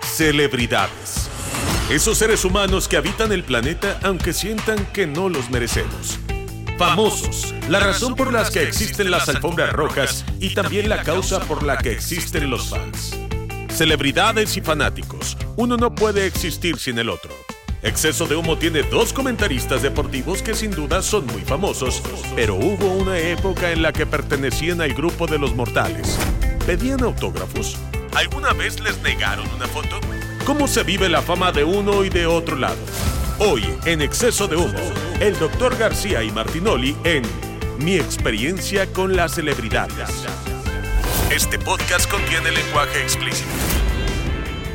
celebridades. Esos seres humanos que habitan el planeta aunque sientan que no los merecemos. Famosos, la razón por la que existen las alfombras rojas y también la causa por la que existen los fans. Celebridades y fanáticos, uno no puede existir sin el otro. Exceso de Humo tiene dos comentaristas deportivos que sin duda son muy famosos, pero hubo una época en la que pertenecían al grupo de los mortales. ¿Pedían autógrafos? ¿Alguna vez les negaron una foto? ¿Cómo se vive la fama de uno y de otro lado? Hoy, en Exceso de Humo, el doctor García y Martinoli en Mi experiencia con las celebridades. Este podcast contiene lenguaje explícito.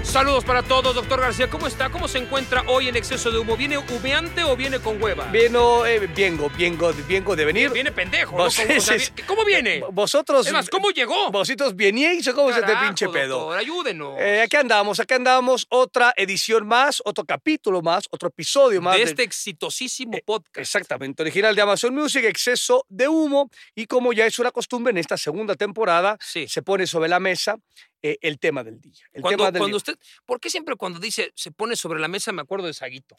Saludos para todos, doctor García. ¿Cómo está? ¿Cómo se encuentra hoy en Exceso de Humo? ¿Viene humeante o viene con hueva? Vieno, eh, viengo, viengo, viengo de venir. Viene pendejo. ¿no? Vos- Como- o sea, es- vi- ¿Cómo viene? Vosotros. Es más, ¿cómo llegó? Vosotros vienéis o cómo se te Carajo, pinche pedo. doctor, ayúdenos. Eh, aquí andamos, aquí andamos, otra edición más, otro capítulo más, otro episodio más. de del- este exitosísimo Eh, podcast. Exactamente, original de Amazon Music, exceso de humo. Y como ya es una costumbre en esta segunda temporada, eh, Sí. se pone sobre la mesa eh, el tema del día. El Cuando, tema del cuando día. usted, ¿Por qué siempre cuando dice se pone sobre la mesa me acuerdo de Saguito?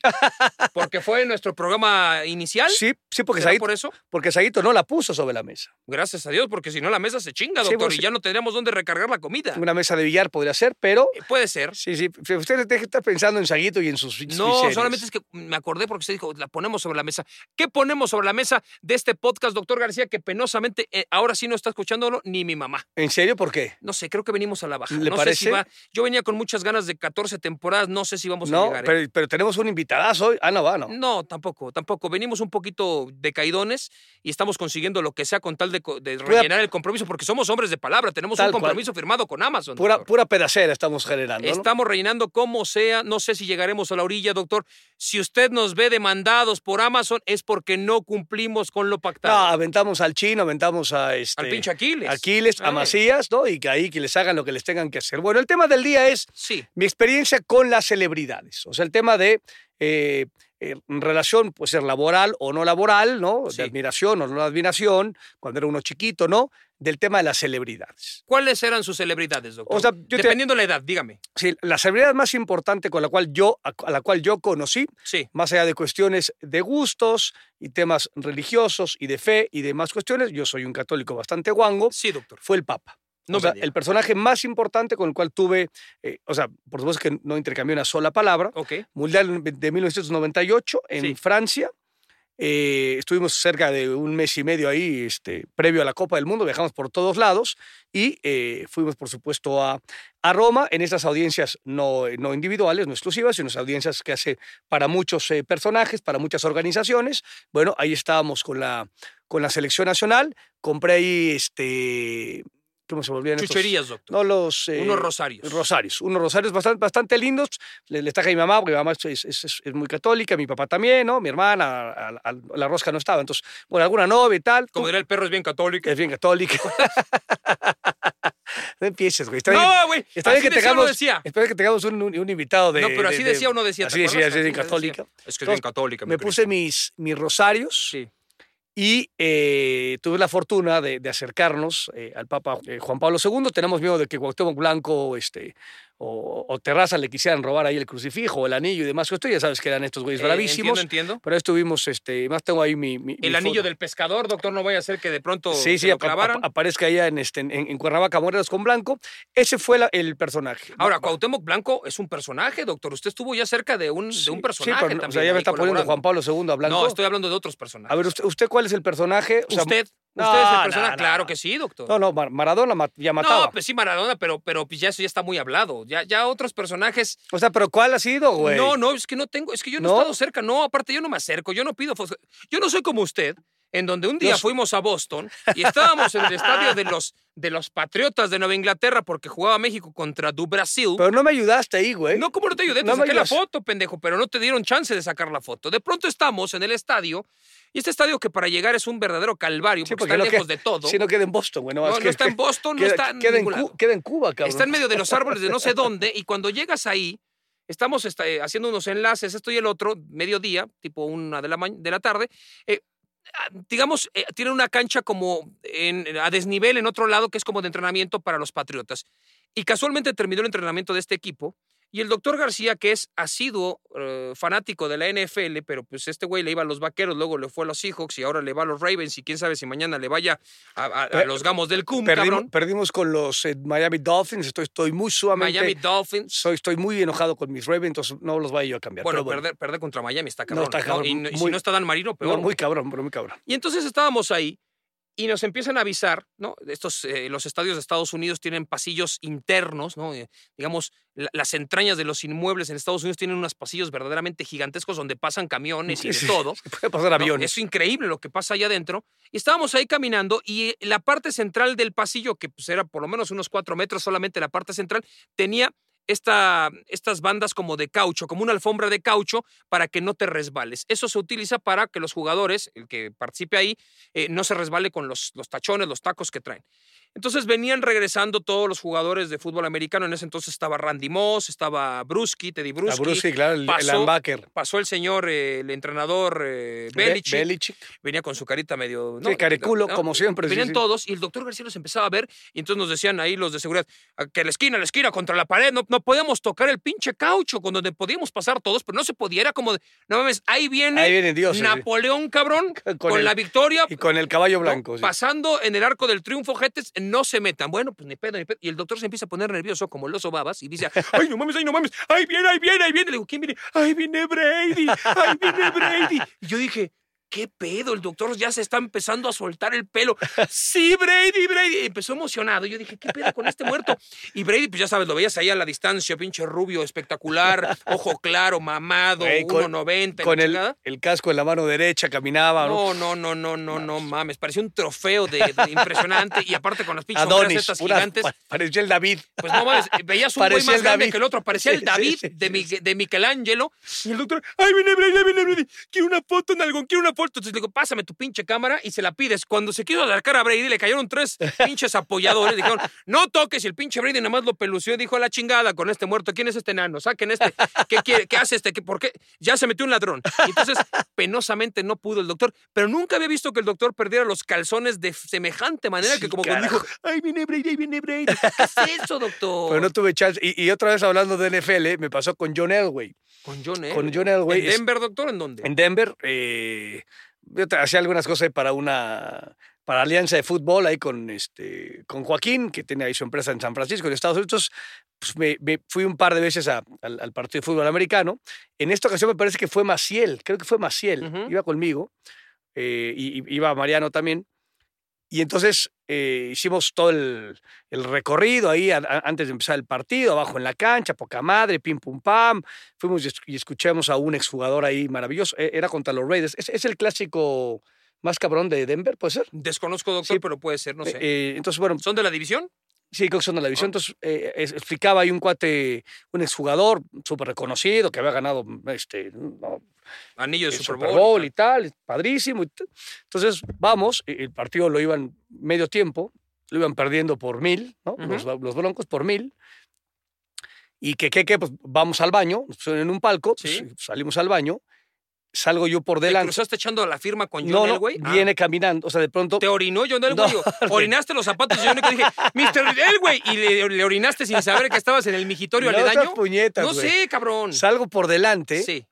Porque fue nuestro programa inicial. Sí, sí, porque ¿Será Saguito, por eso? porque Saguito no la puso sobre la mesa. Gracias a Dios, porque si no la mesa se chinga, Sí, doctor, pues, y ya no tendríamos dónde recargar la comida. Una mesa de billar podría ser, pero. Eh, Puede ser. Sí, sí, f- usted deje de estar pensando en Saguito y en sus. No, solamente es que me acordé porque usted dijo, la ponemos sobre la mesa. ¿Qué ponemos sobre la mesa de este podcast, doctor García, que penosamente eh, ahora sí no está escuchándolo ni mi mamá? ¿En serio por qué? No sé, creo que venimos a la baja. ¿Le no sé si parece? va. Yo venía con muchas ganas de 14 temporadas, no sé si vamos a No, llegar. ¿eh? pero, pero tenemos un invitadazo hoy. Ah, no va, no. No, tampoco, tampoco. Venimos un poquito decaidones y estamos consiguiendo lo que sea con tal de, co- de Pura- rellenar el compromiso, porque somos hombres de palabra, tenemos Tal un cual. compromiso firmado con Amazon. Pura, doctor. pura pedacera estamos generando. ¿no? Estamos rellenando como sea, no sé si llegaremos a la orilla, doctor. Si usted nos ve demandados por Amazon es porque no cumplimos con lo No, pactado. aventamos al chino, aventamos a este. Al pinche Aquiles. Aquiles, a Ay. Macías, ¿no? Y que ahí que les hagan lo que les tengan que hacer. Bueno, el tema del día es Sí. mi experiencia con las celebridades. O sea, el tema de eh, eh, relación, puede ser laboral o no laboral, ¿no? Sí. De admiración o no admiración, cuando era uno chiquito, ¿no? Del tema de las celebridades. ¿Cuáles eran sus celebridades, doctor? O sea, yo te- Dependiendo la edad, dígame. Sí, la celebridad más importante con la cual yo, a la cual yo conocí, Sí. más allá de cuestiones de gustos y temas religiosos y de fe y demás cuestiones, yo soy un católico bastante guango, Sí, doctor. fue el Papa. No o sea, eh, me diga. el personaje más importante con el cual tuve, eh, o sea, por supuesto que no intercambié una sola palabra. Ok. Mundial de 1998 en Sí. Francia. Eh, estuvimos cerca de un mes y medio ahí, este, previo a la Copa del Mundo, viajamos por todos lados y eh, fuimos, por supuesto, a, a Roma en estas audiencias no, no individuales, no exclusivas, sino audiencias que hace para muchos eh, personajes, para muchas organizaciones. Bueno, ahí estábamos con la, con la selección nacional, compré ahí, este, ¿cómo se volvían estos? Chucherías, doctor. No, los... eh, Unos rosarios. Rosarios, unos rosarios bastante, bastante lindos. Les, les traje a mi mamá, porque mi mamá es, es- es- es muy católica, mi papá también, ¿no? Mi hermana, a- a- a- la rosca no estaba. Entonces, bueno, alguna novia y tal. Como tú, dirá el perro, es bien católico. que es bien católica. no empieces, güey. Está bien, No, güey. está bien así que decía o no tengamos- decía. espero que tengamos un, un- un invitado de. no, pero así de- de- decía o no decía. ¿te Así decía, acuerdas? así de Así católica. decía. Es que es bien Entonces, católica. mi Me Cristo. puse mis, mis rosarios Sí. y eh, tuve la fortuna de, de acercarnos eh, al Papa eh, Juan Pablo II. Tenemos miedo de que Cuauhtémoc Blanco este, o, o Terraza le quisieran robar ahí el crucifijo, el anillo y demás. Esto ya sabes que eran estos güeyes Eh, bravísimos. Entiendo, entiendo. Pero estuvimos, este, más tengo ahí mi. mi- El mi anillo foto. del pescador, doctor, no vaya a ser que de pronto Sí, se sí, lo apa- apa- clavaran. aparezca allá en, este, en, en Cuernavaca, Morelos con Blanco. Ese fue la- el personaje. Ahora, Cuauhtémoc Blanco es un personaje, doctor. Usted estuvo ya cerca de un, de un personaje Sí, pero no, también. o sea, ya ahí me está poniendo colaborando. Juan Pablo II a Blanco. No, estoy hablando de otros personajes. A ver, ¿usted, usted cuál es el personaje? O sea, Usted, No, Usted es de no, persona, no. claro que sí, doctor. No, no, Mar- Maradona ma- ya mataba. No, pues sí, Maradona, pero, pero pues, ya eso ya está muy hablado. Ya, ya otros personajes. O sea, pero ¿cuál ha sido, güey? No, no, es que no tengo, es que yo no, he ¿No? estado cerca. No, aparte, yo no me acerco, yo no pido fotos. Yo no soy como usted, en donde un día Yo so- fuimos a Boston y estábamos en el estadio de los, de los Patriotas de Nueva Inglaterra porque jugaba México contra Du Brasil. Pero no me ayudaste ahí, güey. No, ¿cómo no te ayudé? Te No me saqué la ayudas. foto, pendejo, pero no te dieron chance de sacar la foto. De pronto estamos en el estadio, y este estadio que para llegar es un verdadero calvario, Sí, porque, porque está no lejos queda- de todo. Si no queda en Boston, güey. no, más no que- está en Boston, queda, no está en queda ningún Cu- lado. queda en Cuba, cabrón. Está en medio de los árboles de no sé dónde, y cuando llegas ahí, estamos esta- eh, haciendo unos enlaces, esto y el otro, mediodía, tipo una de la, ma- de la tarde. eh, ah, digamos, eh, tiene una cancha como en- en- a desnivel en otro lado, que es como de entrenamiento para los Patriotas. Y casualmente terminó el entrenamiento de este equipo. Y el doctor García, que es asiduo eh, fanático de la NFL, pero pues este güey le iba a los vaqueros, luego le fue a los Seahawks y ahora le va a los Ravens y quién sabe si mañana le vaya a, a- a Pe- los gamos del Cum, Perdimos, cabrón. perdimos con los eh, Miami Dolphins. Estoy, estoy muy sumamente. Miami Dolphins. soy, estoy muy enojado con mis Ravens, entonces no los vaya yo a cambiar. Bueno, pero Perder, perder contra Miami está cabrón. está ¿no? cabrón, Y, no- y si muy- no está Dan Marino, No, peor. muy cabrón, pero muy cabrón. Y entonces estábamos ahí y nos empiezan a avisar, ¿no? Estos, eh, los estadios de Estados Unidos tienen pasillos internos, ¿no? Eh, digamos, la- las entrañas de los inmuebles en Estados Unidos tienen unos pasillos verdaderamente gigantescos donde pasan camiones y de Sí, sí. todo. Puede pasar No, aviones. Es increíble lo que pasa allá adentro. Y estábamos ahí caminando y la parte central del pasillo, que pues era por lo menos unos cuatro metros solamente la parte central, tenía esta, estas bandas como de caucho, como una alfombra de caucho para que no te resbales. Eso se utiliza para que los jugadores, el que participe ahí, eh, no se resbale con los, los tachones, los tacos que traen. Entonces venían regresando todos los jugadores de fútbol americano. En ese entonces estaba Randy Moss, estaba Bruski, Teddy La Bruski. Brusque, claro, el, el pasó- linebacker. Pasó el señor, eh, el entrenador eh, Be- Belichick Belichick. venía con su carita medio. Sí, cariculo, como siempre, sí, Venían sí. todos y el doctor García los empezaba a ver y entonces nos decían ahí los de seguridad "A que la esquina, la esquina, contra la pared, no, no podíamos tocar el pinche caucho con donde podíamos pasar todos, pero no se podía, era como, de, no mames, ahí viene Ahí viene Dios. sí, sí. Napoleón, cabrón, con, Con el- la victoria. Y con el caballo ¿no? blanco. sí. Pasando en el arco del triunfo, jetes, no se metan. Bueno, pues ni pedo, ni pedo. Y el doctor se empieza a poner nervioso como el oso babas y dice, ay, no mames, ay, no mames, ay, viene, ahí viene, ahí viene. Le digo, ¿quién viene? Ay, viene Brady, ay, viene Brady. Y yo dije, ¿qué pedo? El doctor ya se está empezando a soltar el pelo. Sí, Brady, Brady. Y Empezó emocionado. Yo dije, ¿qué pedo con este muerto? Y Brady, pues ya sabes, lo veías ahí a la distancia, pinche rubio, espectacular, ojo claro, mamado, Güey, con- 1.90. y Con la el, chingada. el casco en la mano derecha caminaba. ¿no? pues. No, no, no, no, no, no mames. Parecía un trofeo de, de impresionante y aparte con las pinches sombreras Adonis. estas pura- gigantes. pa- Parecía el David. Pues no mames, veías un güey Parecía más el grande David. que el otro. Parecía el Sí, David sí, sí, de, Migue- de Michelangelo. Y el doctor, ¡ay, viene Brady, ahí viene Brady! Quiero una foto en algo, quiero una foto. Entonces le digo, pásame tu pinche cámara y se la pides. Cuando se quiso acercar a Brady, le cayeron tres pinches apoyadores. Dijeron, no toques. Y el pinche Brady nada más lo pelució y dijo, a la chingada con este muerto. ¿Quién es este nano? Saquen este. ¿Qué quiere? ¿Qué hace este? ¿Qué- ¿Por qué? Ya se metió un ladrón. Y entonces, penosamente no pudo el doctor. Pero nunca había visto que el doctor perdiera los calzones de semejante manera Sí, que como cuando dijo, carajo. ¡ay, viene Brady, ahí viene Brady! ¿Qué es eso, doctor? Pero no tuve chance. Y, y otra vez hablando de NFL, me pasó con John Elway. Con John ¿eh? Elway. Con John Elway. ¿En es- Denver, doctor? ¿En dónde? en Denver. eh, yo tra- hacía algunas cosas para una para Alianza de Fútbol ahí con, este, con Joaquín, que tiene ahí su empresa en San Francisco, en Estados Unidos. Pues me, me fui un par de veces a- al, al partido de fútbol americano. En esta ocasión me parece que fue Maciel, creo que fue Maciel, Ujú. iba conmigo, eh, y, y- iba Mariano también. Y entonces eh, hicimos todo el, el recorrido ahí a- a- antes de empezar el partido, abajo en la cancha, poca madre, pim pum pam. Fuimos y esc- y escuchamos a un exjugador ahí maravilloso. e- Era contra los Raiders. Es, es el clásico más cabrón de Denver, ¿puede ser? Desconozco, doctor, Sí. pero puede ser, no sé. Eh, eh, entonces, bueno, ¿Son de la división? sí, creo que son de la división. Ah. Entonces, eh, es- explicaba ahí un cuate, un exjugador súper reconocido que había ganado este, no, Anillo de el Super Bowl. y tal, es padrísimo. y t- Entonces, vamos, e- el partido lo iban medio tiempo, lo iban perdiendo por mil, ¿no? los, los Broncos por mil. Y que, que, que, pues vamos al baño, nos pusieron en un palco, pues, Sí. salimos al baño, salgo yo por ¿Te delante. cruzaste echando la firma con John No, no, Elway? Ah. viene caminando, o sea, de pronto. ¿Te orinó John Elway? No, O- ¿Orinaste los zapatos de John Elway? Dije, Mr. Elway. Y le, le orinaste sin saber que estabas en el migitorio no aledaño. seas puñetas, no güey. sé, cabrón. Salgo por delante. Sí.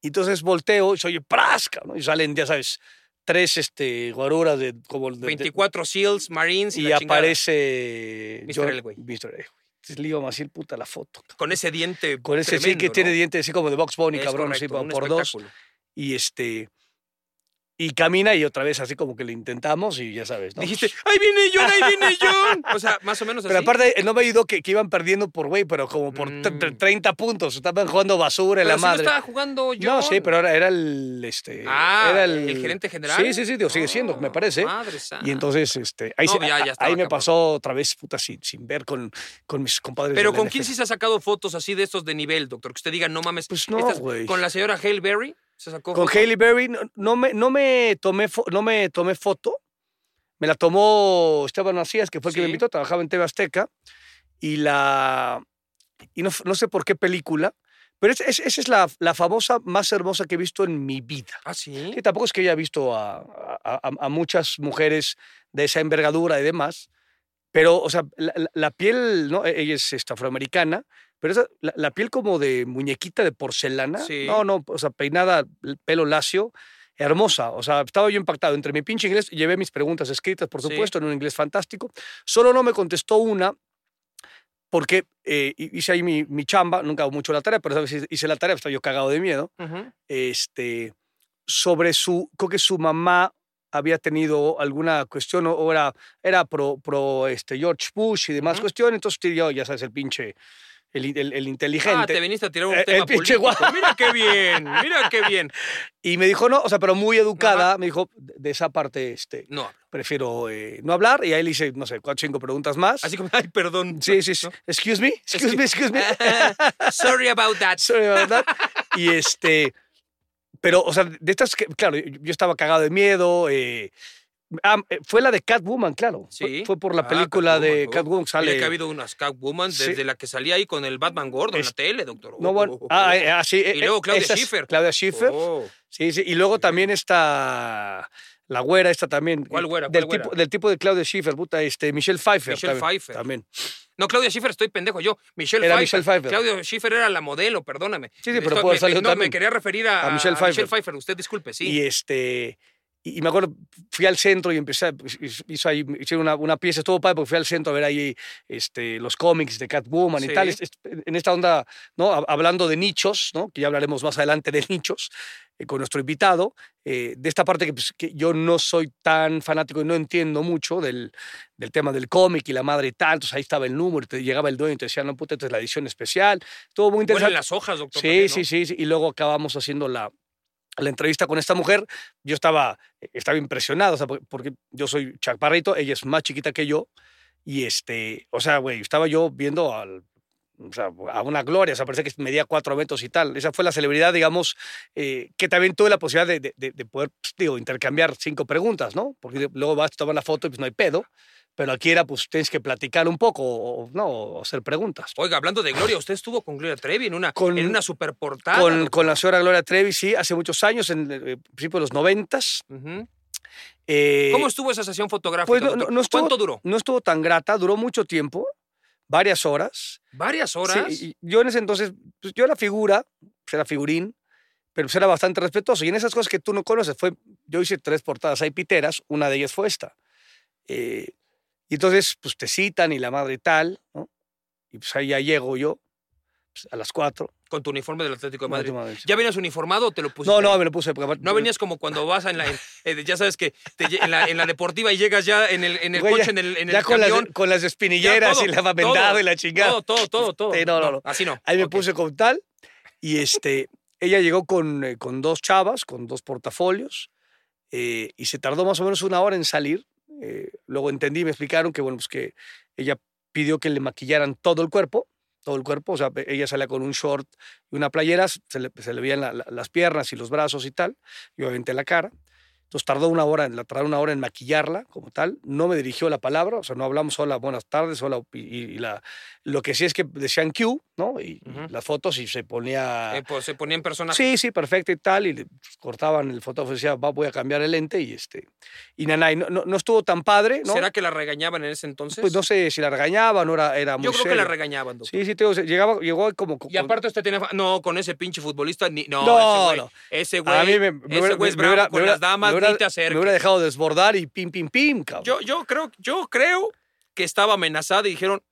Y entonces volteo y se oye prasca, ¿no? Y salen, ya sabes, tres este, guaruras de como de- de- 24 SEALs, Marines y, y la chingada. aparece. Mr. John- Elway. Mr. Elway. Entonces le digo, Maciel, puta la foto. cabrón. Con ese diente Con ese sí que tremendo, tiene ¿no? dientes así como de Box Bunny, Es cabrón, así correcto, por, un por dos. espectáculo. Y este. Y camina y otra vez así como que le intentamos y ya sabes, ¿no? Dijiste, ahí viene John, ahí viene John. O sea, más o menos así. Pero aparte, eh, no me ayudó que, que iban perdiendo por güey, pero como por tre- Mm. tre- 30 puntos. Estaban jugando basura en Pero la sí madre. no estaba jugando John. No, sí, pero era, era el. Este, Ah, era el gerente general. Sí, sí, sí, digo, sigue siendo, me Ah, parece. madre santa. Y entonces, este, ahí, No, se- ya- ya a- estaba ahí me cabrón. pasó otra vez, puta, sin, sin ver con, con mis compadres. Pero del con NFL. quién sí se ha sacado fotos así de estos de nivel, doctor. Que usted diga, no mames. Pues no, estas- güey. Con la señora Hale Berry se sacó. Con foto. Hailey Berry no, no me, no, me tomé fo- no me tomé foto. Me la tomó Esteban Macías, que fue el que me Sí. invitó, trabajaba en TV Azteca. Y la. Y no, f- no sé por qué película, pero es- es- esa es la, la famosa más hermosa que he visto en mi vida. Ah, sí. que tampoco es que haya visto a, a- a- a muchas mujeres de esa envergadura y demás, pero, o sea, la, la- la piel, ¿no? E- Ella es esta, afroamericana, pero esa- la, la piel como de muñequita de porcelana, Sí. no, no, o sea, peinada, l- pelo lacio, hermosa, o sea, estaba yo impactado. Entre mi pinche inglés, llevé mis preguntas escritas, por Sí. supuesto, en un inglés fantástico, solo no me contestó una porque eh, hice ahí mi, mi chamba, nunca hago mucho la tarea, pero ¿sabes? hice la tarea, pues, estaba yo cagado de miedo Ujú. este, sobre su, creo que su mamá había tenido alguna cuestión o- o era, era pro, pro este, George Bush y demás Ujú. cuestiones, entonces yo, ya sabes, el pinche, el, in- el- el Ah, inteligente. te viniste a tirar un Eh, tema el pinche político. Mira qué bien, mira qué bien. y me dijo, no, o sea, pero muy educada, me dijo, de de esa parte este, No, prefiero eh, no hablar y ahí le hice, no sé, cuatro cinco preguntas más. así como, ay, perdón. sí, sí, sí. ¿no? Excuse me, excuse me, excuse me. Sorry about that. Sorry about that. Y este. Pero, o sea, de estas que, claro, yo yo estaba cagado de miedo. eh, ah, eh, fue la de Catwoman, claro. Fue- Sí. Fue, por la Ah, película de Catwoman, Catwoman que Mira sale. que ha habido unas Catwoman Sí. desde la que salía ahí con el Batman gordo en la Es- tele, doctor. No, Oh, bueno, oh, oh, ah, oh. eh, ah, sí, eh, Y luego eh, Claudia esa es Schiffer. Claudia Schiffer. Oh. Sí, sí. Y luego también está la güera, esta también. ¿Cuál güera? Del, ¿Cuál Tipo, güera? del tipo de Claudia Schiffer, puta, este, Michelle Pfeiffer. Michelle también, Pfeiffer. También. No, Claudia Schiffer, estoy pendejo yo. Michelle Era Pfeiffer. Michelle Pfeiffer. Claudia Schiffer era la modelo, perdóname. Sí, sí, pero Estoy- puede me- salir No, también. me quería referir a, A Michelle a Pfeiffer. Usted disculpe, sí. Y este. Y y me acuerdo, fui al centro y empecé, a- pues, hizo ahí, hicieron una, una pieza, estuvo padre porque fui al centro a ver ahí este, los cómics de Catwoman y Sí. tal, es- es- en esta onda, ¿no? Hab- Hablando de nichos, ¿no? Que ya hablaremos más adelante de nichos eh, con nuestro invitado, eh, de esta parte que, pues, que yo no soy tan fanático y no entiendo mucho del, del tema del cómic y la madre y tal, entonces ahí estaba el número, y te llegaba el dueño y te decía, no, puta, esta es la edición especial, estuvo muy Bueno, interesante. en las hojas, doctor. Sí, también, ¿no? sí, sí, sí. Y luego acabamos haciendo la, la entrevista con esta mujer. Yo estaba, eh, estaba impresionado, o sea, porque, porque yo soy chaparrito, ella es más chiquita que yo. Y este, o sea, güey, estaba yo viendo al, o sea, a una gloria, o sea, parece que medía cuatro metros y tal. Esa fue la celebridad, digamos, eh, que también tuve la posibilidad de, de- de- de poder, pues, digo, intercambiar cinco preguntas, ¿no? Porque de- luego vas, te toman la foto y pues no hay pedo. Pero aquí era, pues tienes que platicar un poco, o, o- no, o hacer preguntas. Oiga, hablando de Gloria, usted estuvo con Gloria Trevi en una, Con- en una superportada. con, doctor. con la señora Gloria Trevi, sí, hace muchos años, en el eh, principio de los noventas. Ujú. Eh, ¿Cómo estuvo esa sesión fotográfica? pues no, no- doctor? no estuvo- ¿Cuánto duró? No estuvo tan grata, duró mucho tiempo, varias horas. ¿Varias Sí, horas? y- y yo en ese entonces, pues, yo era figura, pues, era figurín, pero pues, era bastante respetuoso. Y en esas cosas que tú no conoces, fue, yo hice tres portadas, hay piteras, una de ellas fue esta. Eh, y entonces, pues te citan y la madre y tal, ¿no? Y pues ahí ya llego yo, pues, a las cuatro. Con tu uniforme del Atlético de Madrid. Madre, ¿Ya venías uniformado o te lo pusiste? No, no, me lo puse. porque aparte- No venías como cuando vas en la. en- eh, ya sabes que te lle- en, la, en la deportiva y llegas ya en el, en el Güey, coche, en el, en el ya con las, camión. con las ya espinilleras todo, y la vendado todo, y la chingada. Todo, todo, todo, todo. Sí, no, no, no. Así no. Ahí me Ok. puse con tal y este, ella llegó con, eh, con dos chavas, con dos portafolios eh, y se tardó más o menos una hora en salir. Eh, luego entendí, me explicaron que bueno, pues que ella pidió que le maquillaran todo el cuerpo, todo el cuerpo, o sea, pe- ella salía con un short y una playera, se le, se le veían la- la- las piernas y los brazos y tal, y obviamente la cara. Entonces tardó una hora, en- la tardó una hora en maquillarla como tal, no me dirigió la palabra, o sea, no hablamos hola, buenas tardes, hola, y, y la, lo que sí es que decían Q, ¿no? Y, y Ujú. las fotos y se ponía... Eh, pues se ponía en persona. Sí, sí, perfecto y tal. Y le pues, cortaban el fotógrafo y decía, "Va, voy a cambiar el lente y este. Y nanay, no, no, no estuvo tan padre, ¿no? ¿Será que la regañaban en ese entonces? Pues no sé si la regañaban o era, era muy Yo creo que la serio. regañaban, doctor. Sí, sí, te digo, se- llegaba, llegó como. Y aparte usted tenía... fa- No, con ese pinche futbolista ni... No, No, ese güey. no. Ese a mí me, güey me ese hubiera- güey es me bravo hubiera- con me hubiera- las damas, me hubiera- ni te acerques. Me hubiera dejado desbordar y pim, pim, pim, cabrón. yo, yo, creo, yo creo que estaba amenazada y dijeron,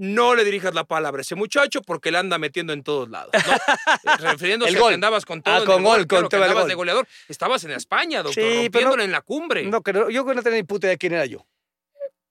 no le dirijas la palabra a ese muchacho porque le anda metiendo en todos lados. ¿no? Eh, Refiriéndose El a gol. que andabas con todo. Ah, en con el claro gol, con que tema del andabas gol. de goleador. Estabas en España, doctor, Sí, pero rompiéndola no- en la cumbre. No, creo, yo creo que no tenía ni puta idea quién era yo.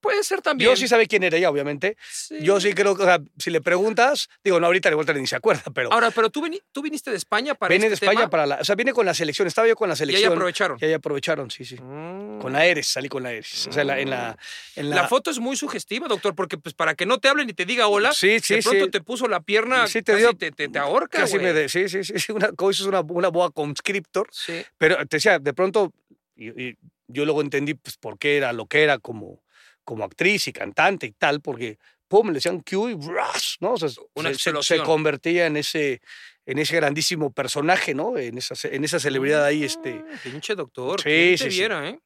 Puede ser también. Yo sí sabía quién era ella, obviamente. Sí. Yo sí creo que, o sea, si le preguntas, digo, no, ahorita de vuelta ni se acuerda, pero Ahora, pero tú, veni- tú viniste de España para viene de este España tema para la. O sea, viene con la selección. Estaba yo con la y selección. ahí aprovecharon. Y ahí aprovecharon, sí, sí. Mm. Con la Eres, salí con la Eres. O sea, en la, en la, en la... la- foto es muy sugestiva, doctor, porque pues para que no te hablen y te diga hola, Sí, sí, de pronto sí. te puso la pierna, Sí, te, te casi dio- te, te, te ahorca, Casi güey. me de- sí, sí, sí, sí, una, como dices, una, una boa conscriptor. Sí. Pero te decía, de pronto, y- y yo luego entendí pues, por qué era lo que era como, como actriz y cantante y tal, porque pum, le decían Q y ras, ¿no? O sea, Una se- se, se explosión. convertía en ese, en ese grandísimo personaje, ¿no? En esa, ce- en esa celebridad ahí, este. Ah, Pinche doctor. Sí, ¿quién sí, te sí. viera, ¿eh?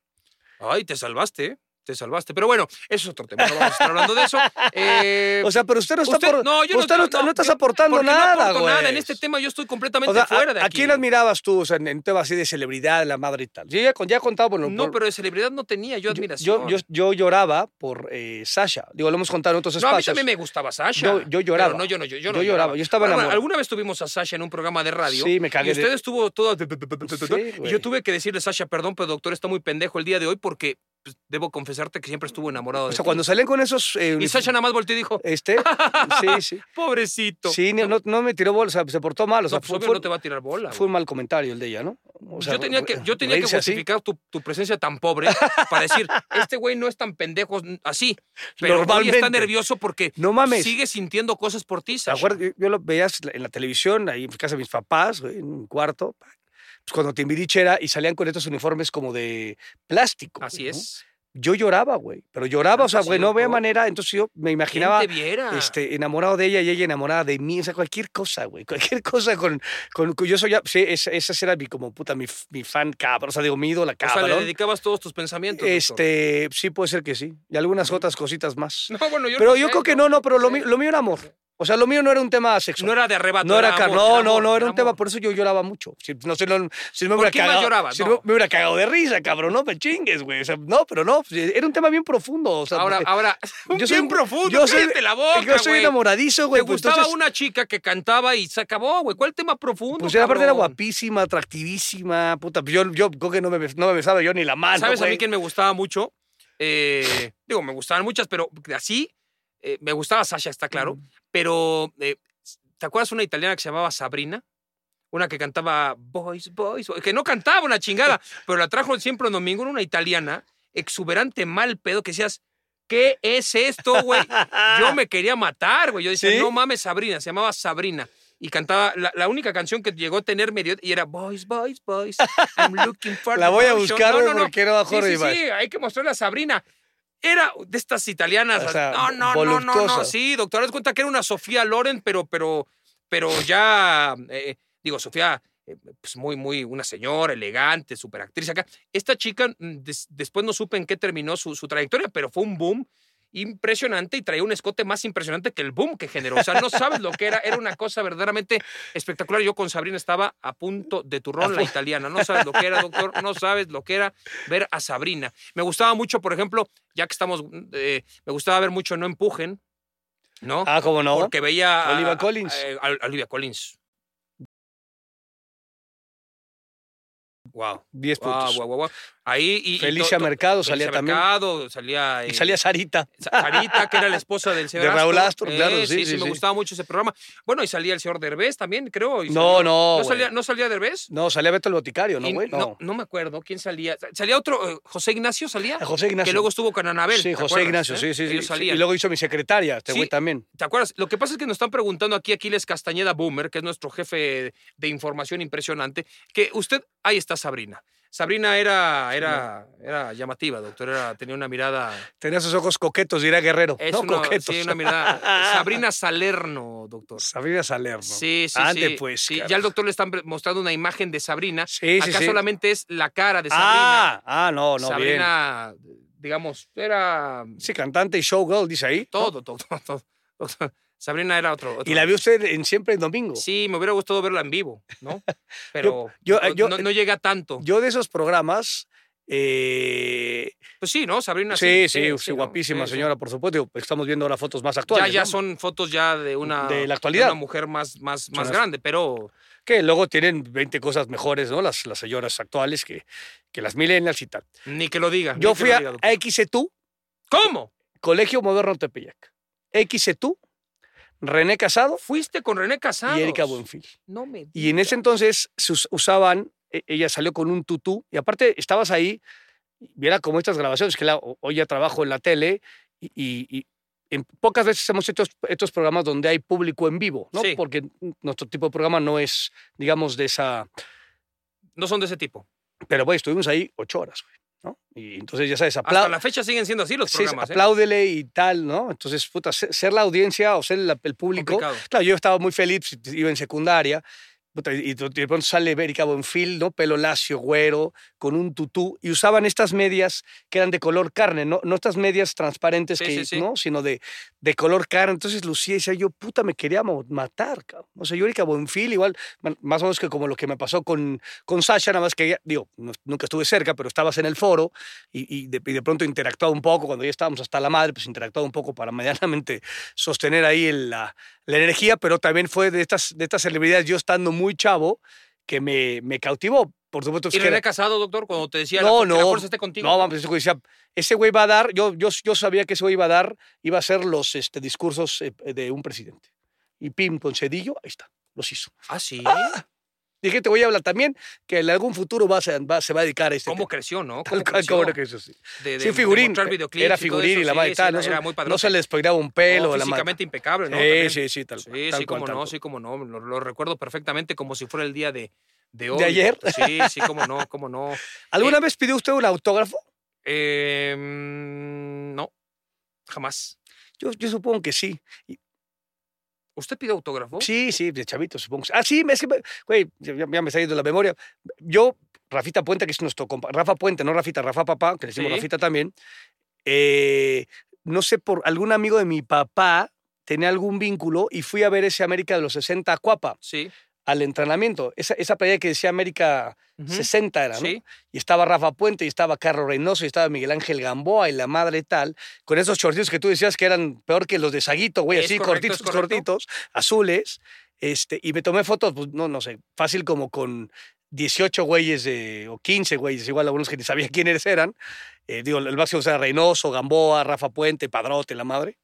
Ay, te salvaste, ¿eh? te salvaste. Pero bueno, eso es otro tema, no vamos a estar hablando de eso. Eh, O sea, pero usted no está, usted- por- no, yo no- usted no, no, está- no, no estás yo- aportando porque nada, no aporto güey. nada en este tema, yo estoy completamente O sea, fuera a, de ¿a aquí. quién admirabas tú? O sea, en, en temas así de celebridad, la madre y tal. Yo ya, con- ya he contado por lo No, por- pero de celebridad no tenía yo yo, admiración. yo- yo lloraba por eh, Sasha. Digo, lo hemos contado en otros no, a mí espacios. también me gustaba Sasha. Yo- Pero yo lloraba. no, yo no, yo, yo no Yo lloraba, yo estaba Bueno, enamorado. alguna vez tuvimos a Sasha en un programa de radio. Sí, me cagué Y de- usted estuvo todo. y güey. yo tuve que decirle, Sasha, perdón, pero doctor está muy pendejo el día de hoy porque pues, debo confesarte que siempre estuvo enamorado de O sea, ti. cuando salen con esos... eh, Y unif- Sasha nada más volteó y dijo, Este, sí, pobrecito. sí. Sí, no, no- no me tiró bola, o sea, se portó mal. O sea, No, pues, fue, obvio fue- no te va a tirar bola. fue güey. Pues un mal comentario el de ella, ¿no? O sea, yo tenía que, yo tenía que reírse así. justificar tu, tu presencia tan pobre para decir, este güey no es tan pendejo así, pero hoy Normalmente. está nervioso porque No mames. sigue sintiendo cosas por ti, ¿Te Sasha. acuerdas? Yo, yo lo veías en la televisión, ahí en casa de mis papás, güey, en un cuarto. Pues cuando Timbiriche era y salían con estos uniformes como de plástico. Así ¿no? es. Ah, Yo lloraba, güey. Pero lloraba, o sea, Tanto güey, no había siento. manera. Entonces yo me ¿Quién imaginaba te viera? este, enamorado de ella y ella enamorada de mí. O sea, cualquier cosa, güey. Cualquier cosa con. con con- yo soy. ya- Sí, esa, esa era mi, como puta, mi, f- mi fan cabrón. O sea, digo, mi ídola o sea, le cabrón. dedicabas todos tus pensamientos. doctor. este, sí, puede ser que sí. Y algunas otras cositas más. No, bueno, yo pero no yo sé, creo que no, no, pero lo, sé. mío- lo mío era amor. O sea, lo mío no era un tema sexual. No era de arrebato. No era, amor, ca- no, no, amor, no, era un tema, amor. por eso yo lloraba mucho. Si no, si no, si no me ¿Por hubiera qué más cagado, llorabas? si No. no me hubiera cagado de risa, cabrón, no me chingues, güey. O sea, no, pero no, pues, era un tema bien profundo. O sea, Ahora, porque- ahora, yo yo soy- bien profundo, yo soy- cállate la boca, yo soy güey. enamoradizo, güey. Te pues, gustaba entonces, una chica que cantaba y se acabó, güey. ¿Cuál tema profundo? Pues era, aparte era cabrón? guapísima, atractivísima, puta. pues, Yo, yo creo que no me, no me besaba yo ni la mano, ¿Sabes a güey. mí quién me gustaba mucho? Eh, digo, me gustaban muchas, pero así eh, me gustaba Sasha, está claro. Mm. Pero, eh, ¿te acuerdas una italiana que se llamaba Sabrina? Una que cantaba Boys, Boys, Boys, que no cantaba una chingada, pero la trajo siempre en domingo, era una italiana, exuberante, mal pedo, que decías, ¿qué es esto, güey? Yo me quería matar, güey. Yo decía, ¿Sí? no mames, Sabrina, se llamaba Sabrina. Y cantaba la, la única canción que llegó a tener medio y era Boys, Boys, Boys. I'm looking for La the voy a boys". buscar, No, güey, no, no. porque no bajo Sí, sí, rival. sí, hay que mostrarle a Sabrina. Era de estas italianas. O sea, no, no, no, no, voluptuosa. no. Sí, doctor, haz cuenta que era una Sofía Loren, pero, pero, pero ya, eh, digo, Sofía, eh, pues muy, muy, una señora elegante, superactriz acá. Esta chica, mm, des- después no supe en qué terminó su, su trayectoria, pero fue un boom impresionante y traía un escote más impresionante que el boom que generó. O sea, no sabes lo que era. Era una cosa verdaderamente espectacular. Yo con Sabrina estaba a punto de turrón la italiana. No sabes lo que era, doctor. No sabes lo que era ver a Sabrina. Me gustaba mucho, por ejemplo, ya que estamos, eh, me gustaba ver mucho No Empujen, ¿no? Ah, ¿cómo no? Porque veía a- Olivia Collins. eh, A, a Olivia Collins. Wow. 10 Wow, puntos. wow, wow, Ahí y, y to- Felicia to- Mercado salía Felicia también. Mercado, salía Y eh, salía Sarita. Sa- Sarita, que era la esposa del señor Eh, De Raúl Astor, claro, sí, sí, sí, sí, me sí. gustaba mucho ese programa. Bueno, y salía el señor Derbez también, creo. y No, salió- no, ¿No güey. salía, ¿No salía Derbez? No, salía Beto el Boticario, ¿no, Y güey? no, no me acuerdo quién salía. ¿Salía otro? eh, ¿José Ignacio salía? A José Ignacio. Que luego estuvo con Anabel. Sí, ¿te José acuerdas, Ignacio, eh? sí, sí, sí. Ellos salían. Y luego hizo mi secretaria, este Sí. güey también. ¿Te acuerdas? Lo que pasa es que nos están preguntando aquí Aquiles Castañeda Boomer, que es nuestro jefe de información impresionante, que usted, ahí está Sabrina. Sabrina era, era, era llamativa, doctor, era, tenía una mirada... Tenía sus ojos coquetos, dirá Guerrero. Es no, una, coquetos. sí, una mirada. Sabrina Salerno, doctor. Sabrina Salerno. Sí, sí, Ande, sí. pues. Sí, ya carajo. al doctor le están pre- mostrando una imagen de Sabrina. Sí, sí, Acá sí. solamente es la cara de Sabrina. Ah, ah, no, no, bien. Sabrina, digamos, era Sí, cantante y showgirl, dice ahí. todo, todo, todo, todo. Sabrina era otro. otro. Y la vio usted en Siempre en Domingo. Sí, me hubiera gustado verla en vivo, ¿no? Pero yo- no- yo- no, no llega tanto. Yo de esos programas, Eh, Pues sí, ¿no? Sabrina. sí, sí, sí, no, guapísima sí, sí. señora, por supuesto. Digo, Estamos viendo ahora fotos más Ya, actuales. ya ¿no? son fotos ya de una, De la actualidad. una mujer más, más, más las- grande, pero Que luego tienen 20 cosas mejores, ¿no? Las, las señoras actuales que, que las millennials y tal. ni que lo diga. ni Yo que fui lo a, diga, doctor. a XETU, ¿Cómo? Colegio Moderno Tepeyac. XETU, René Casado Fuiste con René Casado. y Erika Buenfil. No me Y en ese digas. entonces se us- usaban, e- ella salió con un tutú y aparte estabas ahí, y era como estas grabaciones, que la- o- hoy ya trabajo en la tele y, y- y en, pocas veces hemos hecho estos- estos programas donde hay público en vivo, ¿no? Sí. Porque nuestro tipo de programa no es, digamos, de esa... No son de ese tipo. Pero bueno, estuvimos ahí ocho horas, güey, ¿no? Y entonces ya sabes, Hasta apla- la fecha siguen siendo así los sí, programas. ¿eh? apláudele y tal, ¿no? Entonces, puta, se- ser la audiencia o ser la- el público Complicado. Claro, yo estaba muy feliz, pues, iba en secundaria, puta, y de de pronto sale Erika Buenfil, ¿no? Pelo lacio, güero, con un tutú, y usaban estas medias que eran de color carne, no, no estas medias transparentes, Sí, que, sí, sí. ¿no? Sino de, de color carne. Entonces lucía y decía yo, puta, me quería mo- matar, cabrón. O sea, yo Erika Buenfil, igual, man- más o menos que como lo que me pasó con, con Sasha, nada más que, ella- digo, no- nunca estuve cerca, pero estabas en el foro y, y de, y de pronto interactuaba un poco, cuando ya estábamos hasta la madre, pues interactuaba un poco para medianamente sostener ahí el- la, la energía, pero también fue de estas, de estas celebridades, yo estando muy chavo, que me, me cautivó. Por supuesto, pues, ¿Y que era- René Casado, doctor, cuando te decía No, la, que la no. fuerza esté contigo? no, vamos, ese güey decía, ese güey va a dar, yo, yo, yo sabía que ese güey iba a dar, iba a hacer los este, discursos eh, de un presidente. Y pim, con cedillo, ahí está, los hizo. Ah, sí. Dije, te voy a hablar también que en algún futuro va a ser- va- se va a dedicar a este ¿Cómo tema. creció, no? Tal ¿Cómo cual, creció? cómo no que eso sí. De- de- Sí, de figurín. mostrar videoclips Era y todo figurín eso, y la sí, madre sí, tal. era- no, se- era muy no se padrote. le despeinaba un pelo. No, la madre. físicamente impecable, ¿no? Sí, También. sí, sí, tal cual. Sí, tal sí, cual, cómo tal no, cual. sí, cómo no. Lo, lo recuerdo perfectamente como si fuera el día de, de hoy. ayer? Sí, sí, cómo no, cómo no. ¿Alguna Eh, vez pidió usted un autógrafo? Eh, mm, no, jamás. Yo, yo supongo que sí. Y- ¿Usted pide autógrafo? Sí, sí, de chavito, supongo. que sí. Ah, sí, es que, me- güey, ya, ya me está yendo la memoria. Yo, Rafita Puente, que es nuestro compa, Rafa Puente, no Rafita, Rafa Papá, que le decimos Sí. Rafita también. eh, no sé, por algún amigo de mi papá tenía algún vínculo y fui a ver ese América de los 60 a Cuapa, Sí. al entrenamiento. Esa, esa playa que decía América Ujú. 60 era, ¿no? Sí. y estaba Rafa Puente, y estaba Carlos Reynoso, y estaba Miguel Ángel Gamboa y la madre tal, con esos shortitos que tú decías que eran peor que los de Saguito, güey, Es así correcto, es cortitos, correcto. cortitos, azules, este, y me tomé fotos, pues no, no sé, fácil como con 18 güeyes de- o 15 güeyes, igual algunos que ni sabía quiénes eran, eh, digo, el máximo era Reynoso, Gamboa, Rafa Puente, Padrote, la madre,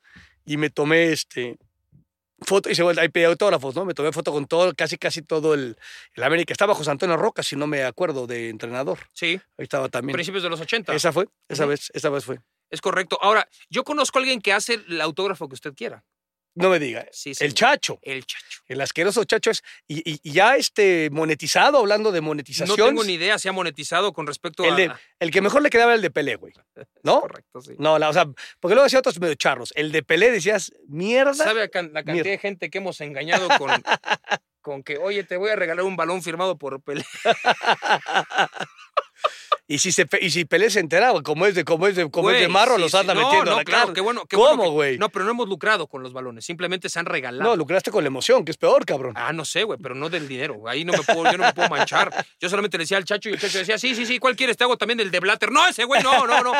y me tomé este... Foto, y se vuelve, ahí pedí autógrafos, ¿no? Me tomé foto con todo, casi, casi todo el, el América. Estaba José Antonio Roca, si no me acuerdo, de entrenador. Sí, Ahí estaba también. principios de los 80. Esa fue, esa Ujú. vez, esa vez fue. Es correcto. Ahora, yo conozco a alguien que hace el autógrafo que usted quiera. No me diga. Sí, el señor. chacho, El chacho. el asqueroso chacho es y, y- y ya este monetizado, hablando de No monetización. tengo ni idea si ha monetizado con respecto el, a... Ah, de- el que mejor le quedaba era el de Pelé, güey. ¿No? Correcto, sí. No, la- o sea, porque luego hacía otros medio charros. El de Pelé decías, mierda. ¿Sabe a can- la cantidad Mira. de gente que hemos engañado con, con que, oye, te voy a regalar un balón firmado por Pelé? Y si, se, pe- y si Pelé se enteraba, como es de, como es de, como es de Güey, marro, sí, los sí. anda No, metiendo no, a la claro, cara. qué bueno, qué bueno ¿Cómo, que- güey? No, pero no hemos lucrado con los balones, simplemente se han regalado. no, lucraste con la emoción, que es peor, cabrón. Ah, no sé, güey, pero no del dinero. Ahí no me puedo, yo no me puedo manchar. Yo solamente le decía al chacho y el chacho decía, sí, sí, sí, ¿cuál quieres? Te hago también el de Blatter. No, ese güey, no, no, no.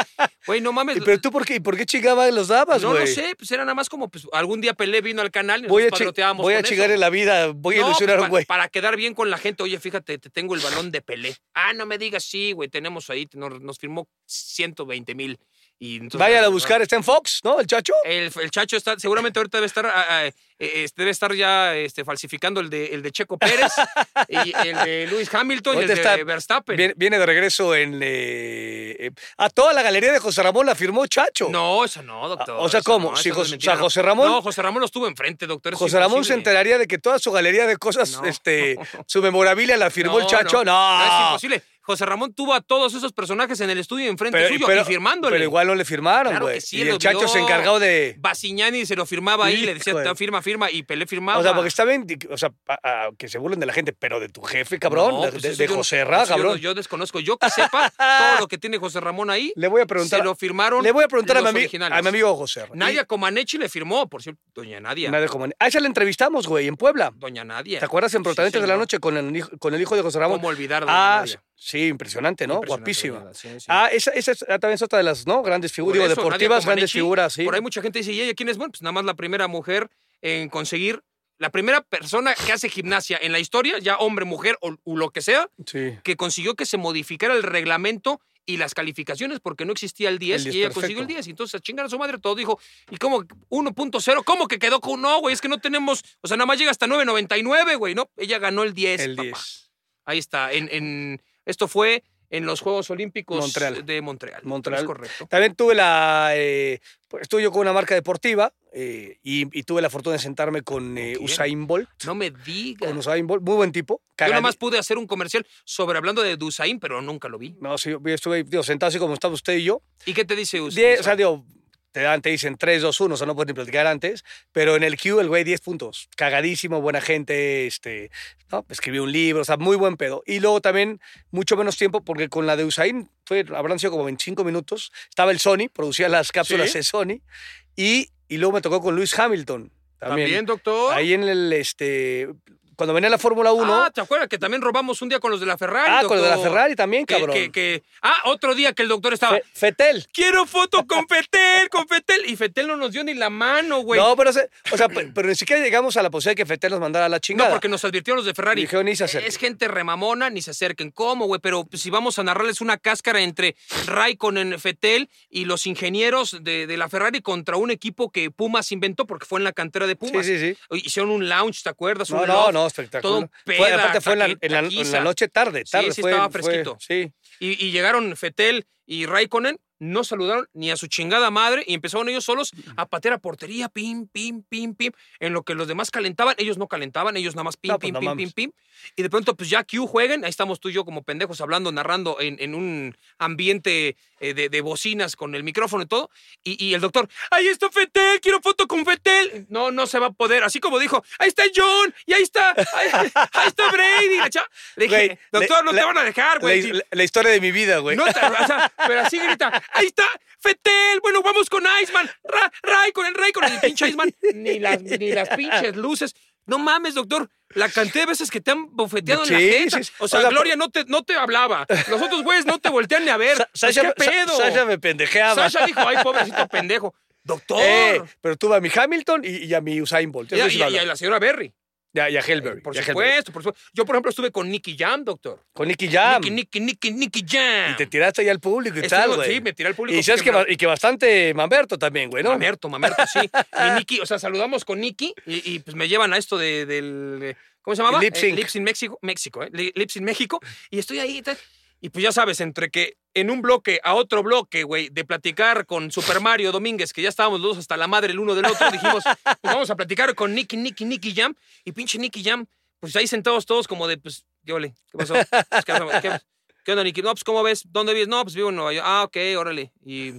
Güey, no mames. Y Pero tú, ¿por qué, por qué chingaba los dabas, pues, no güey? lo sé, pues era nada más como, pues algún día Pelé vino al canal y nos Voy a, chi- padroteábamos voy a con eso. chingar en la vida, voy a No, pues, ilusionar a pa- un güey. Para quedar bien con la gente, oye, fíjate, te tengo el balón de Pelé. Ah, no me digas, sí, güey, tenemos ahí, nos, nos firmó 120 mil. Y entonces- pues, Vayan a buscar, está en Fox, ¿no? El chacho. El, el chacho está, seguramente ahorita debe estar, ah, ah, eh, este, debe estar ya este, falsificando el de, el de Checo Pérez, y el de Lewis Hamilton y el Ahorita de está Verstappen. Viene, viene de regreso en. eh, eh, a toda la galería de José Ramón la firmó Chacho. No, eso no, doctor. Ah, o sea, eso ¿cómo? no, Si eso no es Jos- o sea, mentira, no. José Ramón- No, José Ramón lo estuvo enfrente, doctor. es José Ramón se imposible. enteraría de que toda su galería de cosas, No. este, su memorabilia la firmó el Chacho. No, es imposible. José Ramón tuvo a todos esos personajes en el estudio enfrente suyo y firmándole. pero igual no le firmaron, Claro güey. que sí, y lo el Chacho se vio. encargó de. Basiñani se lo firmaba ahí, le decía, Híjole. "Ta, firma, firma, y Pelé firmaba. O sea, porque está bien, o sea, pa- ah, que se burlen de la gente, pero de tu jefe, cabrón, No, de, pues de- eso de yo no- José eso Ra, yo no- cabrón. Yo, desconozco, yo que sepa todo lo que tiene José Ramón ahí. le voy a preguntar, se lo firmaron. le voy a, preguntar a, mi, los ami- originales. a mi amigo José Ra. Nadia Comaneci le firmó, por cierto, doña Y- Nadia. Nadia Comani. A esa la entrevistamos, güey, en Puebla. Doña Nadia. ¿Te acuerdas en Sí, Protagonistas de la señor. Noche con el, hijo- con el hijo de José Ramón? ¿Cómo olvidar a doña Ah, Nadia? Sí, impresionante, ¿no? Impresionante, Guapísima. ¿verdad? Sí, sí. Ah, esa, esa es- ah, también es otra de las, ¿no? Grandes Por figuras, digo, eso, Nadia deportivas, grandes Comaneci, figuras, sí. Por ahí mucha gente dice, ¿y ella quién es? Bueno, pues nada más la primera mujer en conseguir, la primera persona que hace gimnasia en la historia, ya hombre, mujer o, o lo que sea, Sí. que consiguió que se modificara el reglamento y las calificaciones porque no existía el 10, El 10, y ella consiguió el perfecto. 10. Y entonces a chingar a su madre todo dijo, ¿y cómo? 1.0, ¿cómo que quedó con no, güey? Es que no tenemos, o sea, nada más llega hasta 9.99, güey, ¿no? Ella ganó el 10. el papá. 10. Ahí está. En, en- esto fue en los Juegos Olímpicos Montreal. de Montreal. Montreal. Es correcto. También tuve la. eh, pues, estuve yo con una marca deportiva eh, y, y tuve la fortuna de sentarme con eh, Ok. Usain Bolt. No me digas. Con Usain Bolt, muy buen tipo. Yo cagadi- nomás pude hacer un comercial sobre hablando de Dusain, pero nunca lo vi. No, sí, yo estuve digo, sentado así como estamos usted y yo. ¿Y qué te dice usted? Diez, o sea, digo, te, dan, te dicen 3, 2, 1, o sea, no puedes ni platicar antes, pero en el Q el güey 10 puntos, cagadísimo, buena gente, este, ¿no? escribió un libro, o sea, muy buen pedo. Y luego también mucho menos tiempo, porque con la de Usain fue, habrán sido como 25 minutos, estaba el Sony, producía las cápsulas Sí. de Sony, y, y luego me tocó con Lewis Hamilton. También, También, doctor. Ahí en el, este, cuando venía la Fórmula 1, Ah, ah, ¿te acuerdas que también robamos un día con los de la Ferrari? con lo de la doctor? Ferrari también, Ah, Que- cabrón. que- que- ah, otro día que el doctor estaba. Fe- Fetel. Quiero foto con Fetel, con Fetel. Y Fetel no nos dio ni la mano, güey. No, pero, se- o sea, pe- pero ni siquiera llegamos a la posibilidad de que Fetel nos mandara a la No, chingada. porque nos advirtieron los de Ferrari. Dijeron, "Ni se acerquen". es gente remamona, ni se acerquen. ¿Cómo, güey? Pero pues, si vamos a narrarles una cáscara entre Raikkonen, Fetel y los ingenieros de, de la Ferrari contra un equipo que Pumas inventó porque fue en la cantera de Pumas. Sí, sí, sí. Hicieron un lounge, ¿te acuerdas? No, un no, loft, no, espectacular. Todo un Fue- peda, aparte fue en la, taqui- en la- en la taquiza. noche tarde, Sí, tarde. sí, fue, estaba fue- fresquito. sí. Y, y llegaron Fetel y Raikkonen, no saludaron ni a su chingada madre y empezaron ellos solos a patear a portería, pim, pim, pim, pim. En lo que los demás calentaban, ellos no calentaban, ellos nada más pim, No, pues pim, no pim, pim, mames. pim. Y de pronto, pues ya Q jueguen, ahí estamos tú y yo como pendejos hablando, narrando en, en un ambiente eh, de, de bocinas con el micrófono y todo. Y, y el doctor, ahí está Fetel, quiero foto con Fetel. No, no se va a poder. Así como dijo, ahí está John, y ahí está, ahí, ahí está Brady. la chava. Le dije, Güey, le- doctor, no le- te van a dejar, La, güey. la- la historia de mi vida, güey. No te- o sea, pero así grita, ahí está, Fetel, bueno, vamos con Iceman, Ra, Raikkonen, Raikkonen, el pinche Iceman, ni las, ni las pinches luces. No mames, doctor, la cantidad de veces que te han bofeteado en Sí, la jeta. sí, sí. O sea, O sea, Gloria no te, no te hablaba, los otros güeyes no te voltean ni a ver. Sa- Pues, Sasha, ¿Qué Sa- pedo? Sasha me pendejeaba. Sasha dijo, ay, pobrecito pendejo. Doctor. Eh, pero tuve a mi Hamilton y, y a mi Usain Bolt. y, Eso a- sí y me a- y a habla. la señora Berry. Y a- y a Helberry. eh, Por y a Helberry. supuesto, por supuesto. Yo, por ejemplo, estuve con Nicky Jam, doctor. Con Nicky Jam. Nicky, Nicky, Nicky, Nicky Jam. Y te tiraste ahí al público y Estuvo- tal, güey. sí, me tiré al público Y, sabes porque que, me- ba- y que bastante Mamberto también, güey, ¿no? Mamerto, Mamerto, sí. Y Nicky, o sea, saludamos con Nicky y, y, pues me llevan a esto de- del. eh, ¿Cómo se llamaba? El lip sync. Lips in México, México, ¿eh? Li- Lips in México. Y estoy ahí y tal. Y pues ya sabes, entre que en un bloque a otro bloque, güey, de platicar con Super Mario Domínguez, que ya estábamos los dos hasta la madre el uno del otro, dijimos, pues vamos a platicar con Nicky, Nicky, Nicky Jam. Y pinche Nicky Jam, pues ahí sentados todos como de, pues, ¿qué ole? ¿Qué pasó? Pues, ¿Qué, qué- qué onda, Nicky? No, pues, ¿cómo ves? ¿Dónde vives? No, pues vivo en Nueva York. Ah, ok, órale. Y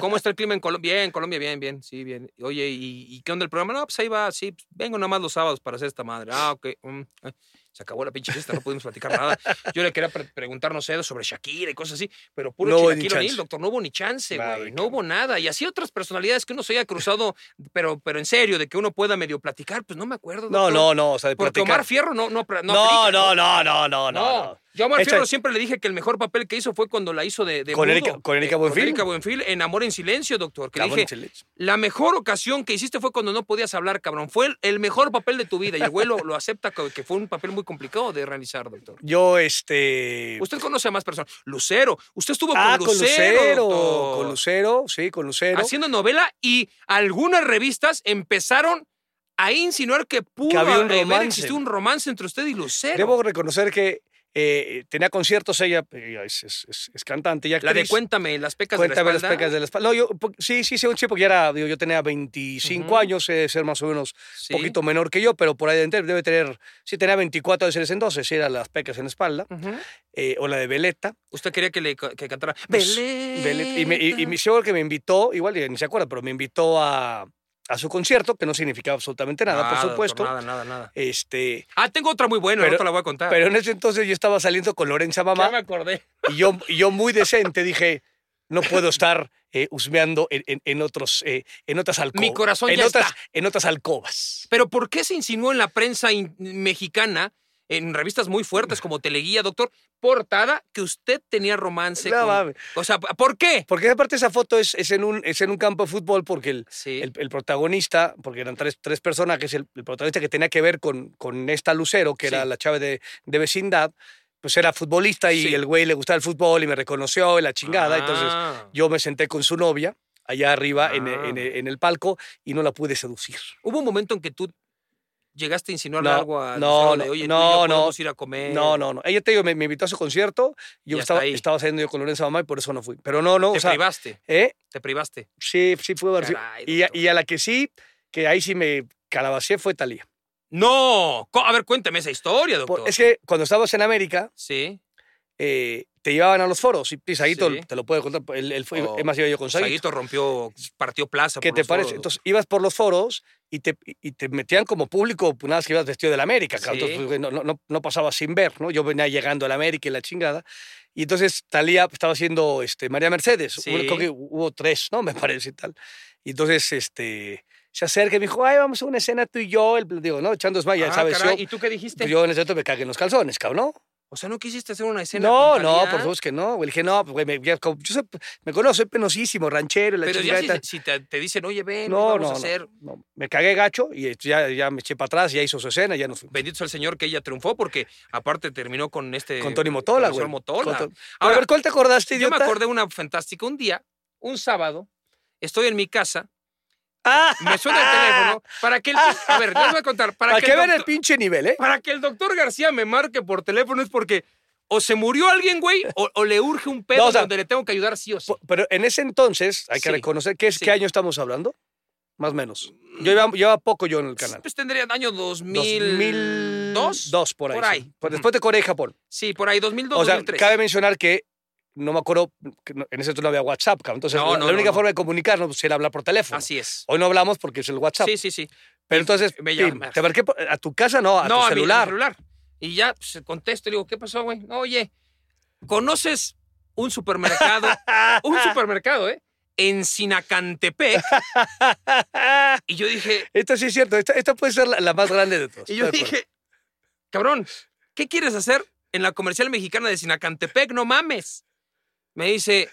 ¿Cómo está el clima en Colombia? Bien, Colombia, bien, bien, sí, bien. Oye, ¿y, y qué onda el programa? No, pues ahí va, sí, pues, vengo nada más los sábados para hacer esta madre. Ah, ok. mm, ay, se acabó la pinche fiesta, no pudimos platicar nada. Yo le quería pre- preguntar, no sé, sobre Shakira y cosas así, pero puro No hubo ni chilaquil O'Neal, chance. doctor, no hubo ni chance, Nada, güey, no cabrón. hubo nada. Y así otras personalidades que uno se haya cruzado, pero, pero en serio, de que uno pueda medio platicar, pues no me acuerdo. No, doctor. no, no, o sea, de Porque platicar. Omar Fierro no, no, no, No, aplica, no, no, no, no, no. no. Yo a Omar Esta- Fierro siempre le dije que el mejor papel que hizo fue cuando la hizo de, de Con mudo. Erika- con Erika Eh, Buenfil. Erika Buenfil en Amor en Silencio, doctor. Que le Cabrón, dije, excelente. la mejor ocasión que hiciste fue cuando no podías hablar, cabrón. Fue el, el mejor papel de tu vida. Y el güey lo, lo acepta co- que fue un papel muy complicado de realizar, doctor. Yo, este. Usted conoce a más personas. Lucero. Usted estuvo ah, con Lucero. doctor. Con Lucero, sí, con Lucero. Haciendo novela y algunas revistas empezaron a insinuar que pudo Que había un haber romance. existido un romance entre usted y Lucero. Debo reconocer que eh, tenía conciertos ella, ella es, es- es- es cantante y la de actriz. Cuéntame, las pecas Cuéntame de la las espalda. pecas de la espalda. No, yo, po- sí, sí, sí, un tiempo que era, digo, yo tenía 25 Ujú. años, eh, debe ser más o menos Sí. un poquito menor que yo, pero por ahí debe debe tener, sí, tenía 24 de ser ese entonces, sí, era las pecas en la espalda, Ujú. eh, o la de Veleta. Usted quería que le ca- que cantara Pues, Belén. Veleta, Y, me, y, y me- yo creo que me invitó, igual ya ni se acuerda, pero me invitó a, a su concierto, que no significaba absolutamente nada, por supuesto. Nada, Ah. nada, nada. Este, Ah, tengo otra muy buena, Pero- no te la voy a contar. pero en ese entonces yo estaba saliendo con Lorenza Mamá. Ya me acordé. Y yo, y yo muy decente dije, no puedo estar eh, husmeando en, en- en otros, eh, en otras alcobas. Mi corazón en ya otras, está. En otras alcobas. Pero ¿por qué se insinuó en la prensa in- mexicana en revistas muy fuertes como Teleguía, doctor, portada que usted tenía romance No con- mames. O sea, ¿por qué? Porque aparte esa foto es, es, en, un, es en un campo de fútbol porque el, Sí. el, el protagonista, porque eran tres, tres personajes, el, el protagonista que tenía que ver con, con esta Lucero, que era Sí. la chave de, de vecindad, pues era futbolista y Sí. el güey le gustaba el fútbol y me reconoció y la chingada. Entonces Ah. yo me senté con su novia allá arriba en, e, Ah. en- en el palco y no la pude seducir. Hubo un momento en que tú llegaste a insinuarle No, algo a no, Lucero, de, no, oye, tú y no, yo no. podemos ir a comer. No, no, no. Ella te digo, me, me invitó a su concierto, Eh. yo Y hasta estaba, ahí. estaba saliendo yo con Lorenza Mamá y por eso no fui. Pero no, no, Te o sea, privaste, ¿eh? te privaste. Sí, sí pudo haber sido. Caray, Y a, doctor. y a la que sí, que ahí sí me calabacé fue Talía. No, Co- a ver, cuéntame esa historia, doctor. Es que cuando estabas en América, Sí, eh, te llevaban a los foros. Y, y Saguito Sí. te lo puede contar. Él, él fue, Oh, es más, iba yo con Saguito. Saguito rompió, partió plaza. ¿Qué por te los parece? oros. Entonces ibas por los foros y te, y te metían como público, pues, nada más que ibas vestido de la América. claro. Sí. Entonces, pues, no, no, no pasabas sin ver, ¿no? Yo venía llegando a la América y la chingada. Y entonces Talía estaba haciendo este, María Mercedes. Sí. Hubo- creo que hubo tres, ¿no? Me parece y tal. Y entonces este, se acerca y me dijo, ay, vamos a una escena tú y yo. El, digo, ¿no? Echando es ya Ah, sabes. caray, yo, ¿Y tú qué dijiste? pues, yo en ese momento me cagué en los calzones, cabrón. ¿no? o sea, ¿no quisiste hacer una escena No, con no, Talía? por supuesto que no. güey. Le dije, no, pues, güey, me, ya como- yo soy- me conozco, soy penosísimo, ranchero, la Pero chingada ya si, y tal. si te, te dicen, oye, ven, No, vamos no, a no. hacer... No, me cagué gacho y esto ya, ya me eché para atrás, ya hizo su escena, ya no fui. Bendito sea el Señor que ella triunfó, porque aparte terminó con este... con Tony Motola, con el güey. señor Motola. Con Tony- Ahora, a ver, ¿cuál te acordaste, yo idiota? me acordé una fantástica. Un día, un sábado, estoy en mi casa, Ah, me suena el teléfono, para que el... A ver, les voy a contar. Para, para que que el vean el doctor- pinche nivel, ¿eh? para que el doctor García me marque por teléfono es porque o se murió alguien, güey, o, o le urge un pedo No, o sea, donde le tengo que ayudar sí o sí. Po- Pero en ese entonces, hay que Sí, reconocer, ¿qué, es, sí. Mm. ¿qué año estamos hablando? Más o menos. Yo iba, yo iba poco yo en el canal. Pues tendría el año 2002. 2002, dos por ahí. Por sí. ahí. Pues Después de Corea y Japón. Sí, por ahí, 2002, o sea, 2003. cabe mencionar que no me acuerdo, que no- en ese entonces no había WhatsApp, cabrón. Entonces, No, la, no, la no, única no. forma de comunicarnos pues, era hablar por teléfono. Así es. Hoy no hablamos porque es el WhatsApp. Sí, sí, sí. Pero entonces, me pim, llamas. te marqué por- a tu casa, no, no, a tu a mi- a mi celular. celular. Y ya pues, contesto y digo, ¿qué pasó, güey? No, Oye, ¿conoces un supermercado? un supermercado, ¿eh? En Sinacantepec. y yo dije, Esta sí es cierto, esta, esta puede ser la, la más grande de todas. Y yo Pues Estoy de acuerdo. dije, cabrón, ¿qué quieres hacer en la comercial mexicana de Sinacantepec? No mames. Me dice,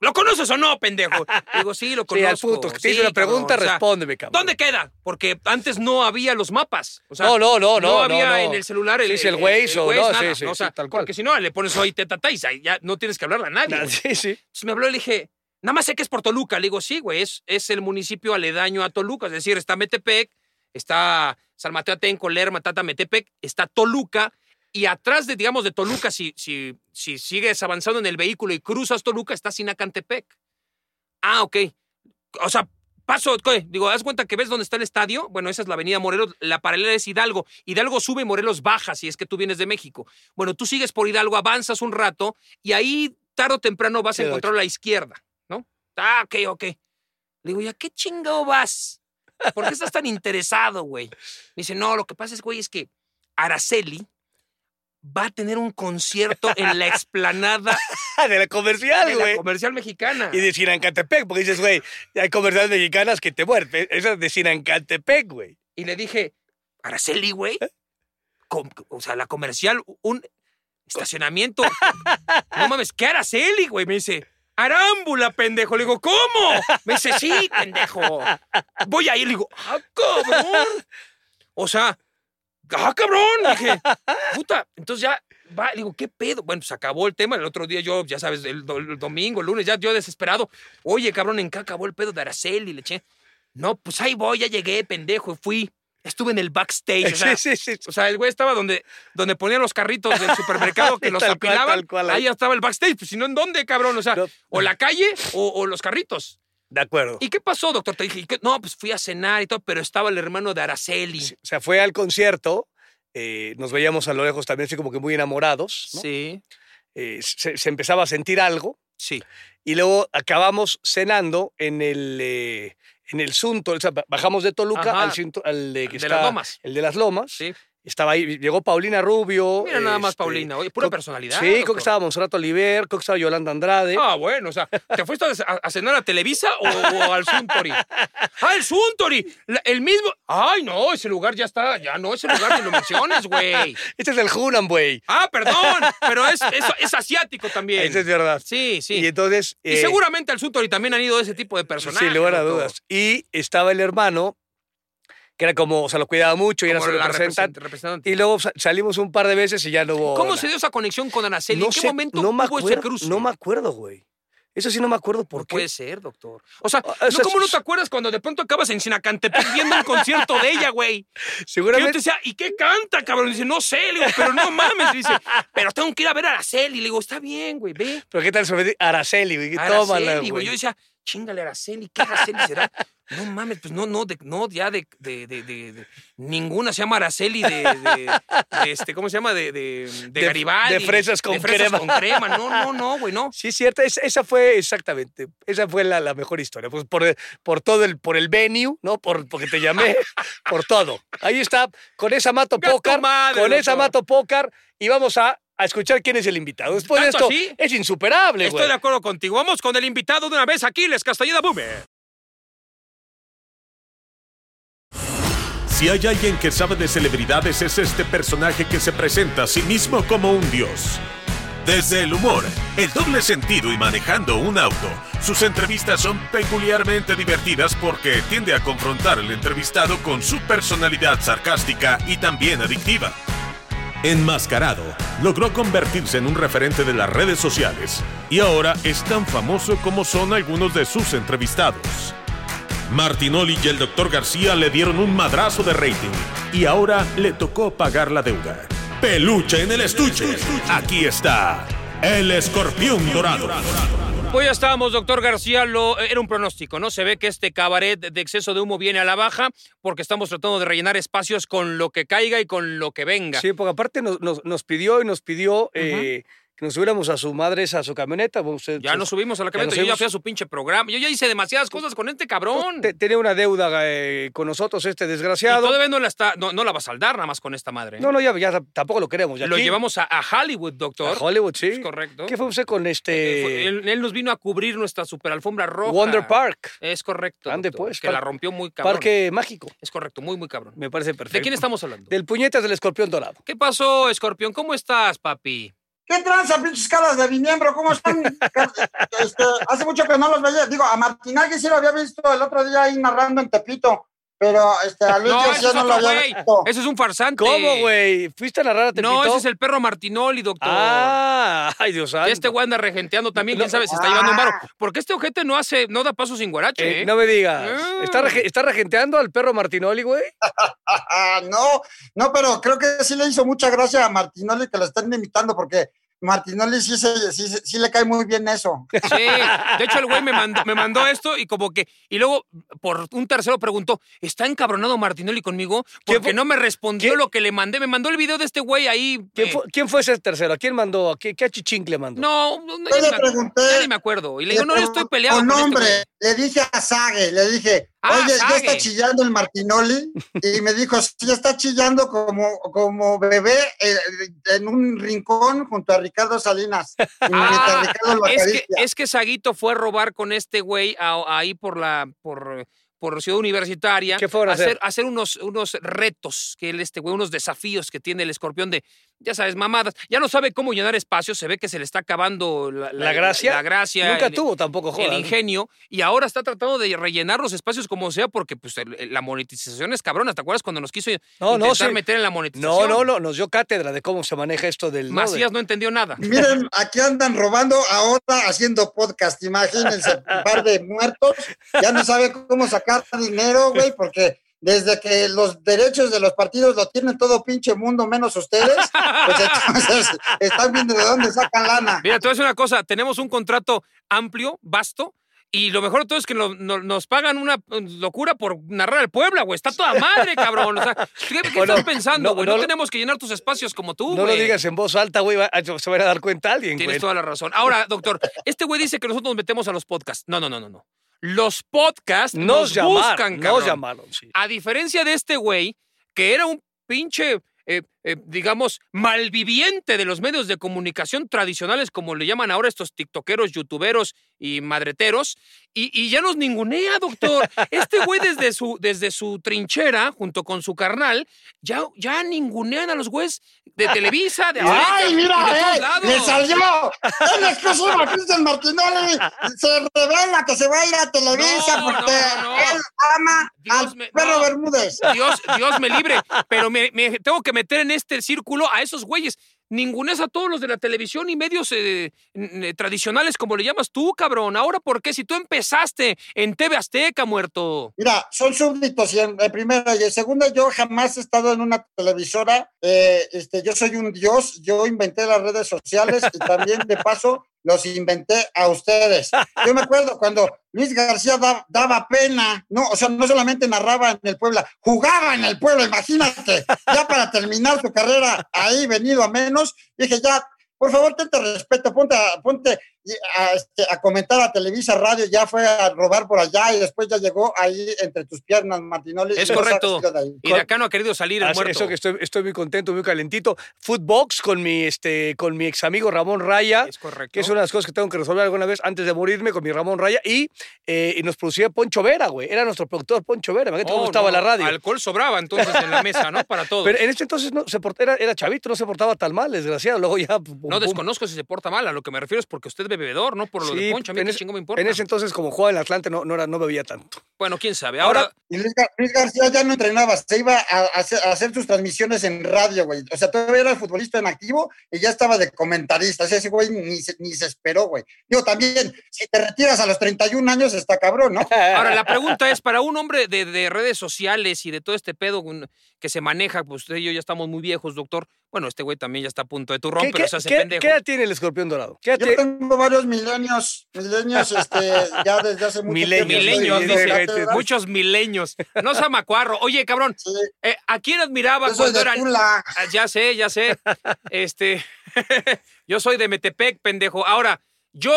¿lo conoces o no, pendejo? Le digo, sí, lo Sí, conozco. al punto. que Te sí, hice una cabrón, pregunta, o sea, respóndeme, cabrón. ¿Dónde queda? Porque antes no había los mapas. O sea, no, no, no, no. no había no. en el celular el, Sí, sí, el Waze o no, nada, sí, sí, O sea, sí, tal cual. Porque si no, le pones hoy teta tais, ahí ya no tienes que hablarle a nadie. Nah, güey. Sí, sí. Entonces me habló y le dije, nada más sé que es por Toluca. Le digo, sí, güey, es, es el municipio aledaño a Toluca. Es decir, está Metepec, está San Mateo Atenco, Lerma, Tata, Metepec, está Toluca. Y atrás de, digamos, de Toluca, si, si, si sigues avanzando en el vehículo y cruzas Toluca, está Sinacantepec. Ah, ok. O sea, paso, ¿qué? digo, ¿haz cuenta que ves dónde está el estadio? Bueno, esa es la avenida Morelos, la paralela es Hidalgo. Hidalgo sube, Morelos baja, si es que tú vienes de México. Bueno, tú sigues por Hidalgo, avanzas un rato y ahí tarde o temprano vas a Queda encontrar la izquierda, ¿no? Ah, ok, ok. Le digo, ¿ya qué chingado vas? ¿Por qué estás tan interesado, güey? Me dice, no, lo que pasa es, güey, es que Araceli va a tener un concierto en la explanada Ah, De la comercial, de la güey. comercial mexicana. Y de Sinancantepec, porque dices, güey, hay comerciales mexicanas que te mueren. Esa es de Sinancantepec, güey. Y le dije, Araceli, güey. com- O sea, la comercial, un estacionamiento. No mames, ¿qué Araceli, güey? Me dice, Arámbula, pendejo. Le digo, ¿cómo? Me dice, sí, pendejo. Voy a ir. Le digo, ah, cabrón. O sea, ah, cabrón. Le dije, puta. Entonces ya va. Le digo, ¿qué pedo? Bueno, se acabó el tema. El otro día yo, ya sabes, el, do- el domingo, el lunes, ya yo desesperado. Oye, cabrón, ¿en qué acabó el pedo de Araceli? Le eché. No, pues ahí voy, ya llegué, pendejo, y fui. Estuve en el backstage. O sea, pues, sí, sí, sí. o sea, el güey estaba donde, donde ponían los carritos del supermercado que los Tal cual, apilaban. tal cual, ahí. ahí estaba el backstage. Pues si no, ¿en dónde, cabrón? O sea, No. o la calle o, o los carritos. De acuerdo. ¿Y qué pasó, doctor? Te dije, ¿y qué? no, pues fui a cenar y todo, pero estaba el hermano de Araceli. O sea, fue al concierto. eh, nos veíamos a lo lejos también, así como que muy enamorados. ¿no? Sí, Eh, se- se empezaba a sentir algo. sí. y luego acabamos cenando en el eh, en el Sunto, o sea, bajamos de Toluca Ajá. al, Sunto- al de que De está- las Lomas. el de las Lomas, Sí. Estaba ahí, llegó Paulina Rubio. Mira nada más, este, Paulina. Oye, pura creo- personalidad. Sí, creo doctor. que estaba Monserrat Oliver, creo que estaba Yolanda Andrade. Ah, bueno, o sea, ¿te fuiste a, a cenar a Televisa o, o al Suntory? ¡Ah, el Suntory! La- el mismo. ¡Ay, no! Ese lugar ya está. Ya no, ese lugar ni lo mencionas, güey. Este es del Hunan, güey. Ah, perdón, pero es, es, es asiático también. Ese Este es verdad. Sí, sí. Y entonces. Y eh, seguramente al Suntory también han ido ese tipo de personajes. Sin lugar a doctor. dudas. Y estaba el hermano, que era como, o sea, lo cuidaba mucho y era Como su la representante. represent- representante. Y luego sa- salimos un par de veces y ya no hubo. ¿Cómo nada. se dio esa conexión con Araceli? ¿En qué sé, momento no me hubo acuerdo, ese cruce? No me acuerdo, güey. Eso sí no me acuerdo por No qué. puede ser, doctor. O sea, O- o ¿no- sea, ¿cómo no s- te acuerdas cuando de pronto acabas en Sinacantepec viendo un concierto de ella, güey? Que yo te Seguramente. decía, ¿y qué canta, cabrón? Y dice, no sé, le digo, pero no mames. Dice, pero tengo que ir a ver a Araceli. Le digo, está bien, güey, ve. Pero qué tal sobre Araceli, güey. Tómala, Araceli, güey. Yo güey. decía, chingale Araceli, ¿qué Araceli será? No mames, pues no, no, de- no, ya de, de, de, de- de- ninguna se llama Araceli de, de- de este, ¿cómo se llama? De, de, de De- Garibaldi. de fresas con de fresas crema. con crema. No, no, no, güey, no. Sí, cierta. es- esa fue exactamente. Esa fue la, la mejor historia. Pues por, por todo el, por el venue, ¿no? Por, porque te llamé, por todo. Ahí está. Con esa mato Gato pócar. madre, Con esa doctor. mato pócar. Y vamos a, a escuchar quién es el invitado. Después de ¿Tanto esto, así? es insuperable, Estoy güey. de acuerdo contigo. Vamos con el invitado de una vez, Aquiles Castañeda Bume. Si hay alguien que sabe de celebridades es este personaje que se presenta a sí mismo como un dios. Desde el humor, el doble sentido y manejando un auto, sus entrevistas son peculiarmente divertidas porque tiende a confrontar al entrevistado con su personalidad sarcástica y también adictiva. Enmascarado, logró convertirse en un referente de las redes sociales y ahora es tan famoso como son algunos de sus entrevistados. Martinoli y el doctor García le dieron un madrazo de rating y ahora le tocó pagar la deuda. Peluche en el estuche. Aquí está el escorpión dorado. Pues ya estamos, doctor García. Lo, eh, era un pronóstico, ¿no? Se ve que este cabaret de exceso de humo viene a la baja porque estamos tratando de rellenar espacios con lo que caiga y con lo que venga. Sí, porque aparte nos, nos- nos pidió y nos pidió eh, que nos subiéramos a su madre, a su camioneta. eh, pues, Bueno, usted- Ya nos subimos a la Ya camioneta, nos yo ya hemos- Pues, fui a su pinche programa. Yo ya hice demasiadas cosas con este cabrón. Te- Tenía una deuda eh, con nosotros, este Y desgraciado. todavía no la, está, no, no la va a saldar nada más con esta madre. ¿eh? No, no, ya, ya tampoco lo queremos. ya Lo aquí, llevamos a, a Hollywood, a doctor. Hollywood, sí. Es correcto. ¿Qué fue usted con Eh, fue- este él, él nos vino a cubrir nuestra super alfombra roja. Wonder Park? Es correcto. Ande, doctor, pues, Que par- la rompió muy cabrón. Parque mágico. Es correcto, muy, muy cabrón. Me parece perfecto. ¿De quién estamos hablando? Del puñetas del escorpión dorado. ¿Qué pasó, Escorpión? ¿Cómo estás, papi? ¿Qué tranza, pinches caras de mi miembro? ¿Cómo están? Este, hace mucho que no los veía. Digo, a Martín Alguien sí lo había visto el otro día ahí narrando en Tepito, pero este, a Luis No, Díaz ese ya es no lo otro había güey. visto. Ese es un farsante. ¿Cómo, güey? ¿Fuiste a la rara No, ese es el perro Martinoli, doctor. Ah, ay, Dios santo. Que este güey anda regenteando también, No. ah. quién sabe si está llevando un varo. Porque este ojete no hace, no da paso sin guarache, Eh, ¿eh? no me digas. Ah. ¿Está, rege- está regenteando al perro Martinoli, güey? Ah, no, no, pero creo que sí le hizo mucha gracia a Martinoli que lo están imitando porque Martinoli sí, se- sí, se- sí le cae muy bien eso. Sí. De hecho, el güey me mandó, me mandó esto y como que. Y luego, por un tercero preguntó: ¿Está encabronado Martinoli conmigo? ¿Qué Porque fu- no me respondió qué? lo que le mandé. Me mandó el video de este güey ahí. ¿Quién, eh, fue, quién fue ese tercero? ¿A quién mandó? ¿A qué, qué achichincle mandó? No, no, ya Yo le ni me- pregunté. ya ni me acuerdo. Y le digo, no, yo estoy peleado. Con con este nombre, güey". le dije a Sage, le dije, Ah, oye, Sage. ya está chillando el Martinoli. Y me dijo, sí, ya está chillando como, como bebé eh, en un rincón junto a Ricardo Salinas. Y mientras Ah, Ricardo lo es que, acaricia. es que Saguito fue a robar con este güey a- ahí por la por, por Ciudad Universitaria. ¿Qué fueron a hacer? hacer unos, unos retos que él, este güey, unos desafíos que tiene el escorpión de, ya sabes, mamadas. Ya no sabe cómo llenar espacios, se ve que se le está acabando la, ¿La gracia? la gracia, Nunca el- tuvo tampoco, El joder. ingenio, y ahora está tratando de rellenar los espacios como sea, porque pues, el- la monetización es cabrona. ¿Te acuerdas cuando nos quiso No, no, intentar sí. meter en la No, monetización? no, no, nos dio cátedra de cómo se maneja esto del... ¿no? Macías no entendió nada. Miren, aquí andan robando ahora haciendo podcast. Imagínense, un par de muertos. Ya no sabe cómo sacar dinero, güey, porque desde que los derechos de los partidos lo tienen todo pinche mundo, menos ustedes, pues entonces están viendo de dónde sacan lana. Mira, te voy a decir una cosa. Tenemos un contrato amplio, vasto. Y lo mejor de todo es que lo- no- nos pagan una eh, locura por narrar el Puebla, güey. Está toda madre, cabrón. O sea, ¿qué, qué Bueno, estás pensando, no, güey? No, no lo- tenemos que llenar tus espacios como tú, No güey. lo digas en voz alta, güey, va- se va a dar cuenta alguien, Tienes güey. toda la razón. Ahora, doctor, este güey dice que nosotros nos metemos a los podcasts. No, no, no, no, no. Los podcasts nos, Nos llamaron, buscan, cabrón. nos llamaron, sí. A diferencia de este güey, que era un pinche eh, eh, digamos, malviviente de los medios de comunicación tradicionales, como le llaman ahora estos tiktokeros, youtuberos y madreteros, y, y ya nos ningunea, doctor. Este güey desde su, desde su trinchera, junto con su carnal, ya, ya ningunean a los güeyes de Televisa, de Azteca, ¡Ay, y de mira, todos eh! lados. ¡Le salió! ¡Él es Jesús Cristian Martinelli! Se revela que se va a ir a Televisa No, porque no, no. él ama Dios al me- perro no. Bermúdez. Dios, Dios me libre, pero me, me tengo que meter en este círculo a esos güeyes. Ninguneas a todos los de la televisión y medios eh, n- eh, tradicionales, como le llamas tú, cabrón. Ahora, ¿por qué? Si tú empezaste en TV Azteca, muerto. Mira, son súbditos, y en, en primera y en segunda, yo jamás he estado en una televisora. eh, este, yo soy un dios, yo inventé las redes sociales y también de paso los inventé a ustedes. Yo me acuerdo cuando Luis García da- daba pena, no, o sea, no solamente narraba en el Puebla, jugaba en el Puebla, imagínate, ya para terminar su carrera ahí venido a menos, dije ya, por favor, tente respeto, ponte, a- ponte y a, este, a comentar a Televisa Radio, ya fue a robar por allá y después ya llegó ahí entre tus piernas, Martinoli. Es y no se ha correcto. salido de ahí. Y de acá no ha querido salir el Así- muerto. Ah, Eso que estoy, estoy muy contento, muy calentito. Footbox con mi, este, con mi ex amigo Ramón Raya. Es correcto. que es una de las cosas que tengo que resolver alguna vez antes de morirme con mi Ramón Raya. Y, eh, y nos producía Poncho Vera, güey. Era nuestro productor Poncho Vera. Imagínate cómo Oh, estaba no, la radio. Alcohol sobraba entonces en la mesa, ¿no? Para todos. Pero eh, en ese entonces no, se portaba, era, era chavito, no se portaba tan mal, desgraciado. Luego ya. pum, no pum. desconozco si se porta mal, a lo que me refiero es porque usted es bebedor, no por lo de Sí, Poncho, a mí en qué ese- chingo me importa. En ese entonces, como jugaba en el Atlante, no, no, era, no bebía tanto. Bueno, quién sabe. Ahora- Ahora, Y Luis, Gar- Luis García ya no entrenaba, se iba a, a hacer, a hacer sus transmisiones en radio, güey. O sea, todavía era futbolista en activo y ya estaba de comentarista. O sea, ese güey ni se, ni se esperó, güey. Digo, también, si te retiras a los 31 años, está cabrón, ¿no? Ahora, la pregunta es, para un hombre de, de redes sociales y de todo este pedo un- que se maneja, pues usted y yo ya estamos muy viejos, doctor. Bueno, este güey también ya está a punto de turrón, ¿Qué, pero qué- se hace qué- pendejo. qué edad tiene el escorpión dorado? ¿Qué edad Yo tiene- tengo varios milenios, milenios, este, ya desde hace mucho Milenios, tiempo. Milenios, Estoy dice, en la gente, catedral, Muchos milenios. No sea macuarro. Oye, cabrón, sí. eh, ¿a quién admiraba Yo soy cuando de era... Tula. Ah, Ya sé, ya sé. Este, yo soy de Metepec, pendejo. Ahora, yo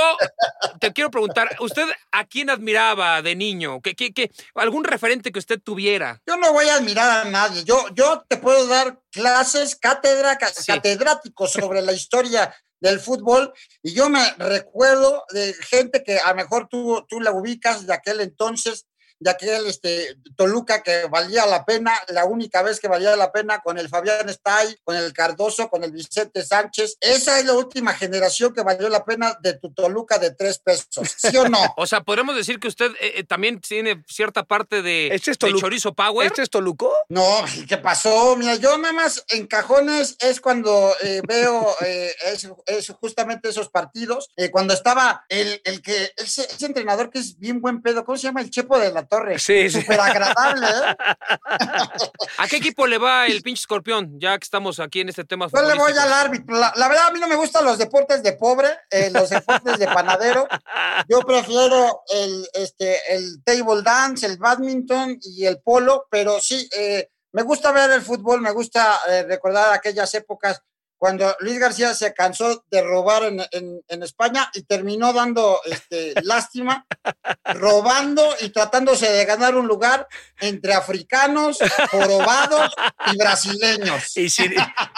te quiero preguntar, ¿usted a quién admiraba de niño? ¿Qué, qué, qué? ¿Algún referente que usted tuviera? Yo no voy a admirar a nadie. Yo, yo te puedo dar clases, cátedra, ca- Sí. catedrático sobre la historia del fútbol. Y yo me recuerdo de gente que a lo mejor tú, tú la ubicas de aquel entonces, de aquel este, Toluca que valía la pena, la única vez que valía la pena con el Fabián Stay, con el Cardoso, con el Vicente Sánchez. Esa es la última generación que valió la pena de tu Toluca de tres pesos. ¿Sí o no? O sea, podremos decir que usted eh, eh, también tiene cierta parte de, Este es de Tolu- chorizo power. ¿Este es Toluco? No, ¿qué pasó? Mira, yo nada más en cajones es cuando eh, veo eh, es, es justamente esos partidos. Eh, cuando estaba el, el que, ese, ese entrenador que es bien buen pedo, ¿cómo se llama? El Chepo de la Torre. Sí, sí. Súper agradable, ¿eh? ¿A qué equipo le va el pinche escorpión? Ya que estamos aquí en este tema. Yo le voy futbolístico. al árbitro. La, la verdad, a mí no me gustan los deportes de pobre, eh, los deportes de panadero. Yo prefiero el, este, el table dance, el badminton y el polo, pero sí, eh, me gusta ver el fútbol, me gusta eh, recordar aquellas épocas cuando Luis García se cansó de robar en, en- en España y terminó dando este, lástima, robando y tratándose de ganar un lugar entre africanos, jorobados y brasileños. Y sin,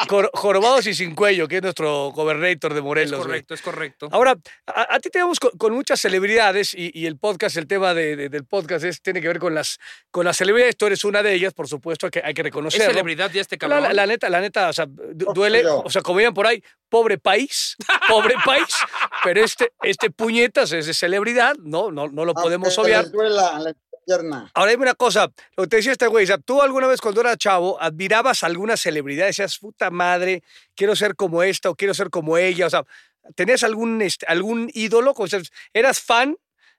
cor- jorobados y sin cuello, que es nuestro gobernator de Es Morelos. güey. correcto, es correcto. Ahora, a, a ti te vemos con, con muchas celebridades y, y el podcast, el tema de- de- del podcast es, tiene que ver con las, con las celebridades. Tú eres una de ellas, por supuesto, que hay que es reconocerlo. celebridad ya este La, cabrón. la- la neta, la neta, o sea, du- duele, Pero- o sea, como digan por ahí, pobre país, pobre país, pero este, este puñetas es de celebridad, no, no, no lo podemos Aunque obviar. les duela la pierna. Ahora dime una cosa, lo que te decía este güey, o sea, tú alguna vez cuando eras chavo admirabas a alguna celebridad, decías, puta madre, quiero ser como esta o quiero ser como ella, o sea, ¿tenías algún, este, algún ídolo? O sea, ¿eras fan?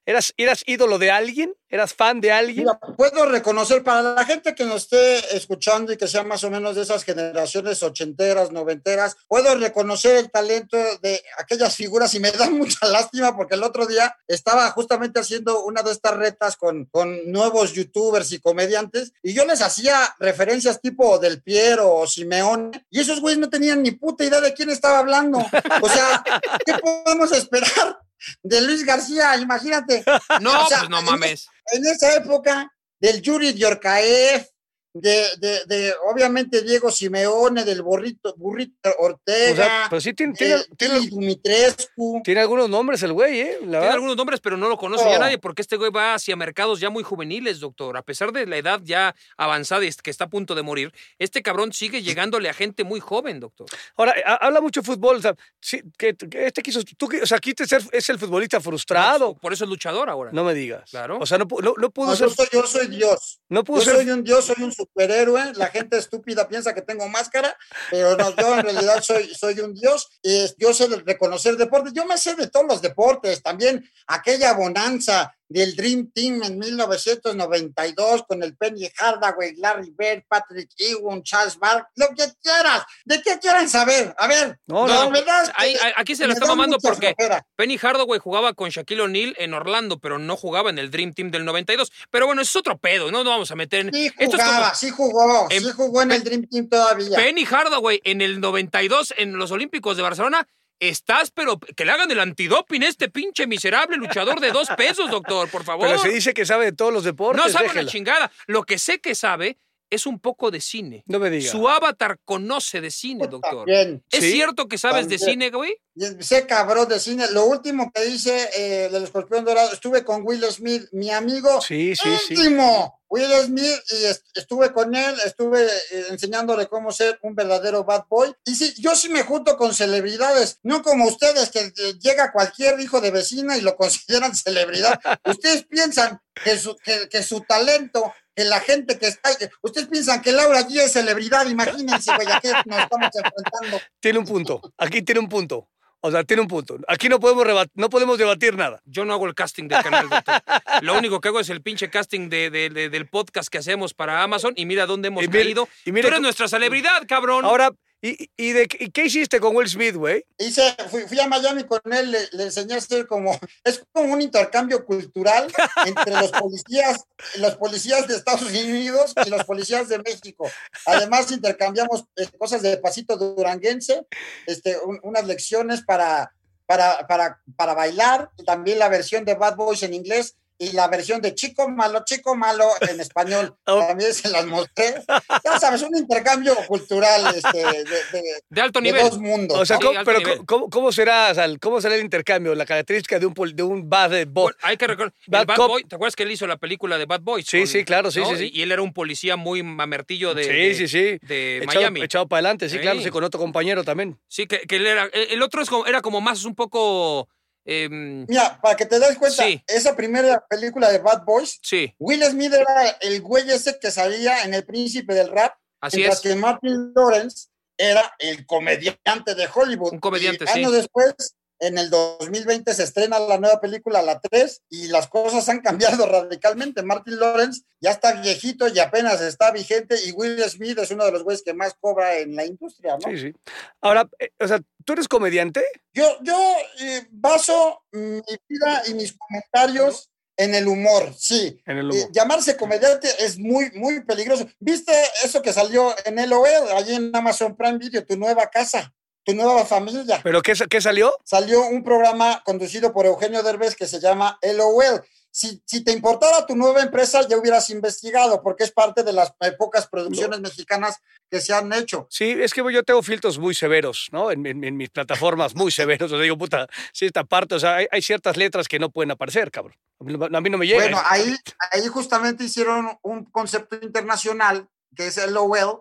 ¿Eras, ¿Eras ídolo de alguien? ¿Eras fan de alguien? Mira, puedo reconocer para la gente que nos esté escuchando y que sea más o menos de esas generaciones ochenteras, noventeras, puedo reconocer el talento de aquellas figuras y me da mucha lástima porque el otro día estaba justamente haciendo una de estas retas con, con nuevos youtubers y comediantes y yo les hacía referencias tipo del Piero o Simeón y esos güeyes no tenían ni puta idea de quién estaba hablando. O sea, ¿qué podemos esperar? De Luis García, imagínate. no, o sea, pues no mames. en esa época del Yuri Diorcaev, de, de, de, obviamente Diego Simeone, del burrito, burrito Ortega. O sea, pero sí tiene, tiene, eh, tiene- y Dumitrescu. tiene algunos nombres el güey, ¿eh? La Tiene verdad. algunos nombres, pero no lo conoce ya ¿Ah? Oh. nadie, porque este güey va hacia mercados ya muy juveniles, doctor. A pesar de la edad ya avanzada y que está a punto de morir, este cabrón sigue llegándole a gente muy joven, doctor. Ahora, ha- habla mucho de fútbol. O sea, sí, que, que este quiso. Tú, que- o sea, aquí te ser, es el futbolista frustrado. Por eso es luchador ahora. No me digas. Claro. O sea, no, pu- no, no pudo No, ser. yo, soy, yo soy Dios. No Pues, pudo ser. Yo eh, soy un Dios, soy un superhéroe. La gente estúpida piensa que tengo máscara, pero no, yo en realidad soy, soy un Dios. Y yo sé de- reconocer deportes. Yo me sé de todos los deportes. También aquella bonanza del Dream Team en 1992 con el Penny Hardaway, Larry Bird, Patrick Ewing, Charles Bark, lo que quieras. ¿De qué quieren saber? A ver. No, la no. verdad es que Ahí- ahí- aquí se la me está da mamando mucha porque flojera. Penny Hardaway jugaba con Shaquille O'Neal en Orlando, pero no jugaba en el Dream Team del 92. Pero bueno, eso es otro pedo, no nos vamos a meter en... Sí Esto es como- jugaba, sí jugó, Em- sí jugó en el Dream Team todavía. Penny Hardaway en el 92 en los Olímpicos de Barcelona. Estás, pero que le hagan el antidoping a este pinche miserable luchador de dos pesos, doctor, por favor. Pero se dice que sabe de todos los deportes. no sabe una déjela. chingada. Lo que sé que sabe es un poco de cine. No me digas. Su avatar conoce de cine, doctor. También. ¿Es Sí, cierto que sabes de también. cine, güey? Y Ese cabrón de cine. Lo último que hice eh, del escorpión dorado, estuve con Will Smith, mi amigo. Sí, sí, sí. íntimo, Will Smith, y est- estuve con él, estuve eh, enseñándole cómo ser un verdadero bad boy. Y sí, yo sí me junto con celebridades, no como ustedes, que eh, llega cualquier hijo de vecina y lo consideran celebridad. ustedes piensan que su, que, que su talento, que la gente que está. Ustedes piensan que Laura G es celebridad, imagínense, güey, a qué nos estamos enfrentando. Tiene un punto. Aquí tiene un punto. O sea, tiene un punto. Aquí no podemos, rebat- no podemos debatir nada. Yo no hago el casting del canal, doctor. Lo único que hago es el pinche casting de- de- de- del podcast que hacemos para Amazon y mira dónde hemos Y mire- caído. y mire Tú eres cómo- nuestra celebridad, cabrón. Ahora, ¿y, y de, y qué hiciste con Will Smith, güey? Hice, fui, fui a Miami con él, le, le enseñé a hacer como, es como un intercambio cultural entre los policías, los policías de Estados Unidos y los policías de México. Además, intercambiamos eh, cosas de pasito duranguense, este, un- unas lecciones para, para, para, para bailar, también la versión de Bad Boys en inglés y la versión de Chico Malo, Chico Malo en español. Oh. También se las mostré. Ya sabes, un intercambio cultural este, de, de- de alto de nivel. dos mundos. O sea, Sí, ¿cómo, alto pero nivel. ¿cómo- ¿cómo, cómo será, o sea, el- ¿cómo será el intercambio? La característica de un, pol- de un bad boy. Bueno, hay que recordar. el Bad Bad Cop. Boy, ¿te acuerdas que él hizo la película de Bad Boys? Sí, sí, claro, sí, sí, sí. Y él era un policía muy mamertillo de, sí, de- sí, sí. de echado, Miami. Echado para adelante, sí, Sí. claro, sí, con otro compañero también. Sí, que, que él era. e, El el otro es como- era como más un poco. em, Mira, para que te des cuenta, Sí. esa primera película de Bad Boys, sí, Will Smith era el güey ese que salía en El Príncipe del Rap, así es. mientras que Martin Lawrence era el comediante de Hollywood. Un comediante, Y años sí. después, en el 2020, se estrena la nueva película, la 3, y las cosas han cambiado radicalmente. Martin Lawrence ya está viejito y apenas está vigente, y Will Smith es uno de los güeyes que más cobra en la industria, ¿no? Sí, sí. Ahora, eh, o sea, ¿tú eres comediante? Yo, yo eh, baso mi vida y mis comentarios en el humor, sí. En el Eh, llamarse comediante es muy, muy peligroso. ¿Viste eso que salió en LOE, allí en Amazon Prime Video, tu nueva casa, tu nueva familia? ¿Pero qué, sa- qué salió? Salió un programa conducido por Eugenio Derbez que se llama LOL. Si, si te importara tu nueva empresa, ya hubieras investigado, porque es parte de las eh, pocas producciones mexicanas que se han hecho. Sí, es que yo tengo filtros muy severos, ¿no? En, en- en mis plataformas muy severos. O sea, digo, puta, sí, esta parte, o sea, hay, hay ciertas letras que no pueden aparecer, cabrón. A mí, no- a mí no me llegan. Bueno, ahí, ahí justamente hicieron un concepto internacional que es el OEL,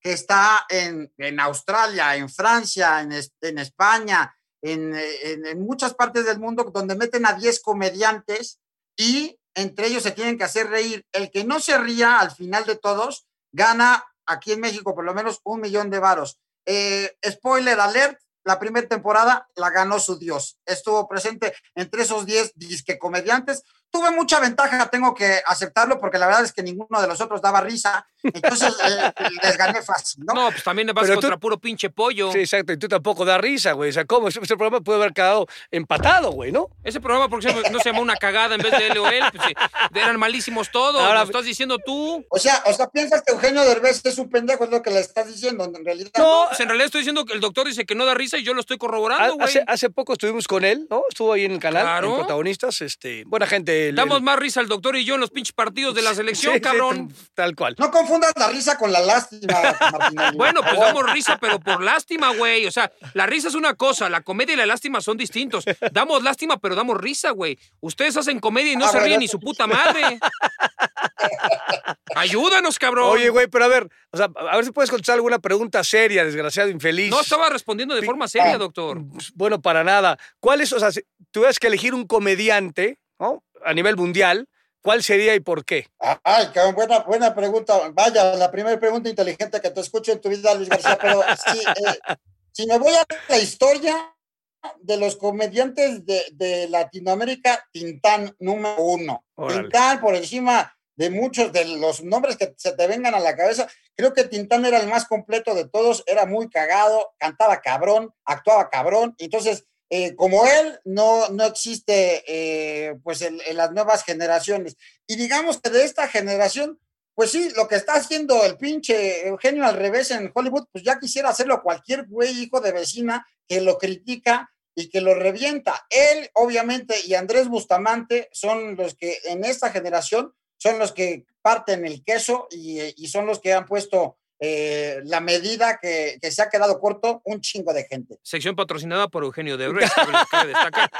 que está en, en Australia, en Francia, en, Es- en España, en, eh, en- en muchas partes del mundo, donde meten a 10 comediantes y entre ellos se tienen que hacer reír. El que no se ría al final de todos gana aquí en México por lo menos un millón de varos. Eh, spoiler alert, la primera temporada la ganó su Dios. Estuvo presente entre esos 10 disque comediantes tuve mucha ventaja, tengo que aceptarlo, porque la verdad es que ninguno de los otros daba risa. Entonces eh, les gané fácil, ¿no? No, pues también vas Pero tú- contra puro pinche pollo. Sí, exacto. Y tú tampoco da risa, güey. O sea, ¿cómo? Ese, ese programa puede haber quedado empatado, güey, ¿no? Ese programa, porque no se llamó una cagada en vez de LOL, pues, sí, eran malísimos todos. Ahora- Lo estás diciendo tú. O sea, o sea, piensas que Eugenio Derbez es un pendejo, es lo que le estás diciendo, en realidad. No, Pues, en realidad estoy diciendo que el doctor dice que no da risa y yo lo estoy ha- corroborando, güey. hace, hace poco estuvimos con él, ¿no? Estuvo ahí en el canal, en Claro. protagonistas. Este, buena gente el. Damos el- más risa al doctor y yo en los pinches partidos de la selección, Sí, sí, cabrón. tal cual. No confundas la risa con la lástima, Martín. Bueno, pues damos risa, pero por lástima, güey. O sea, la risa es una cosa, la comedia y la lástima son distintos. Damos lástima, pero damos risa, güey. Ustedes hacen comedia y no Ah, se bueno, ríen ni eso su puta madre. Ayúdanos, cabrón. Oye, güey, pero a ver, o sea, a ver si puedes contestar alguna pregunta seria, desgraciado, infeliz. No estaba respondiendo de forma seria, doctor. Pues, Bueno, para nada. ¿Cuál es, o sea, si tuvieras que elegir un comediante, ¿no? A nivel mundial, ¿cuál sería y por qué? Ay, cabrón, buena, buena pregunta. Vaya, la primera pregunta inteligente que te escucho en tu vida, Luis García. Pero sí, eh, si me voy a la historia de los comediantes de, de Latinoamérica, Tintán número uno. Órale. Tintán por encima de muchos de los nombres que se te vengan a la cabeza. Creo que Tintán era el más completo de todos, era muy cagado, cantaba cabrón, actuaba cabrón. Entonces, eh, como él, no, no existe eh, pues en, en las nuevas generaciones. Y digamos que de esta generación, pues sí, lo que está haciendo el pinche Eugenio al revés en Hollywood, pues ya quisiera hacerlo cualquier güey hijo de vecina que lo critica y que lo revienta. Él, obviamente, y Andrés Bustamante son los que en esta generación son los que parten el queso y, eh, y son los que han puesto eh, la medida que, que se ha quedado corto un chingo de gente. Sección patrocinada por Eugenio Debrecht. cabe- cabe destacar.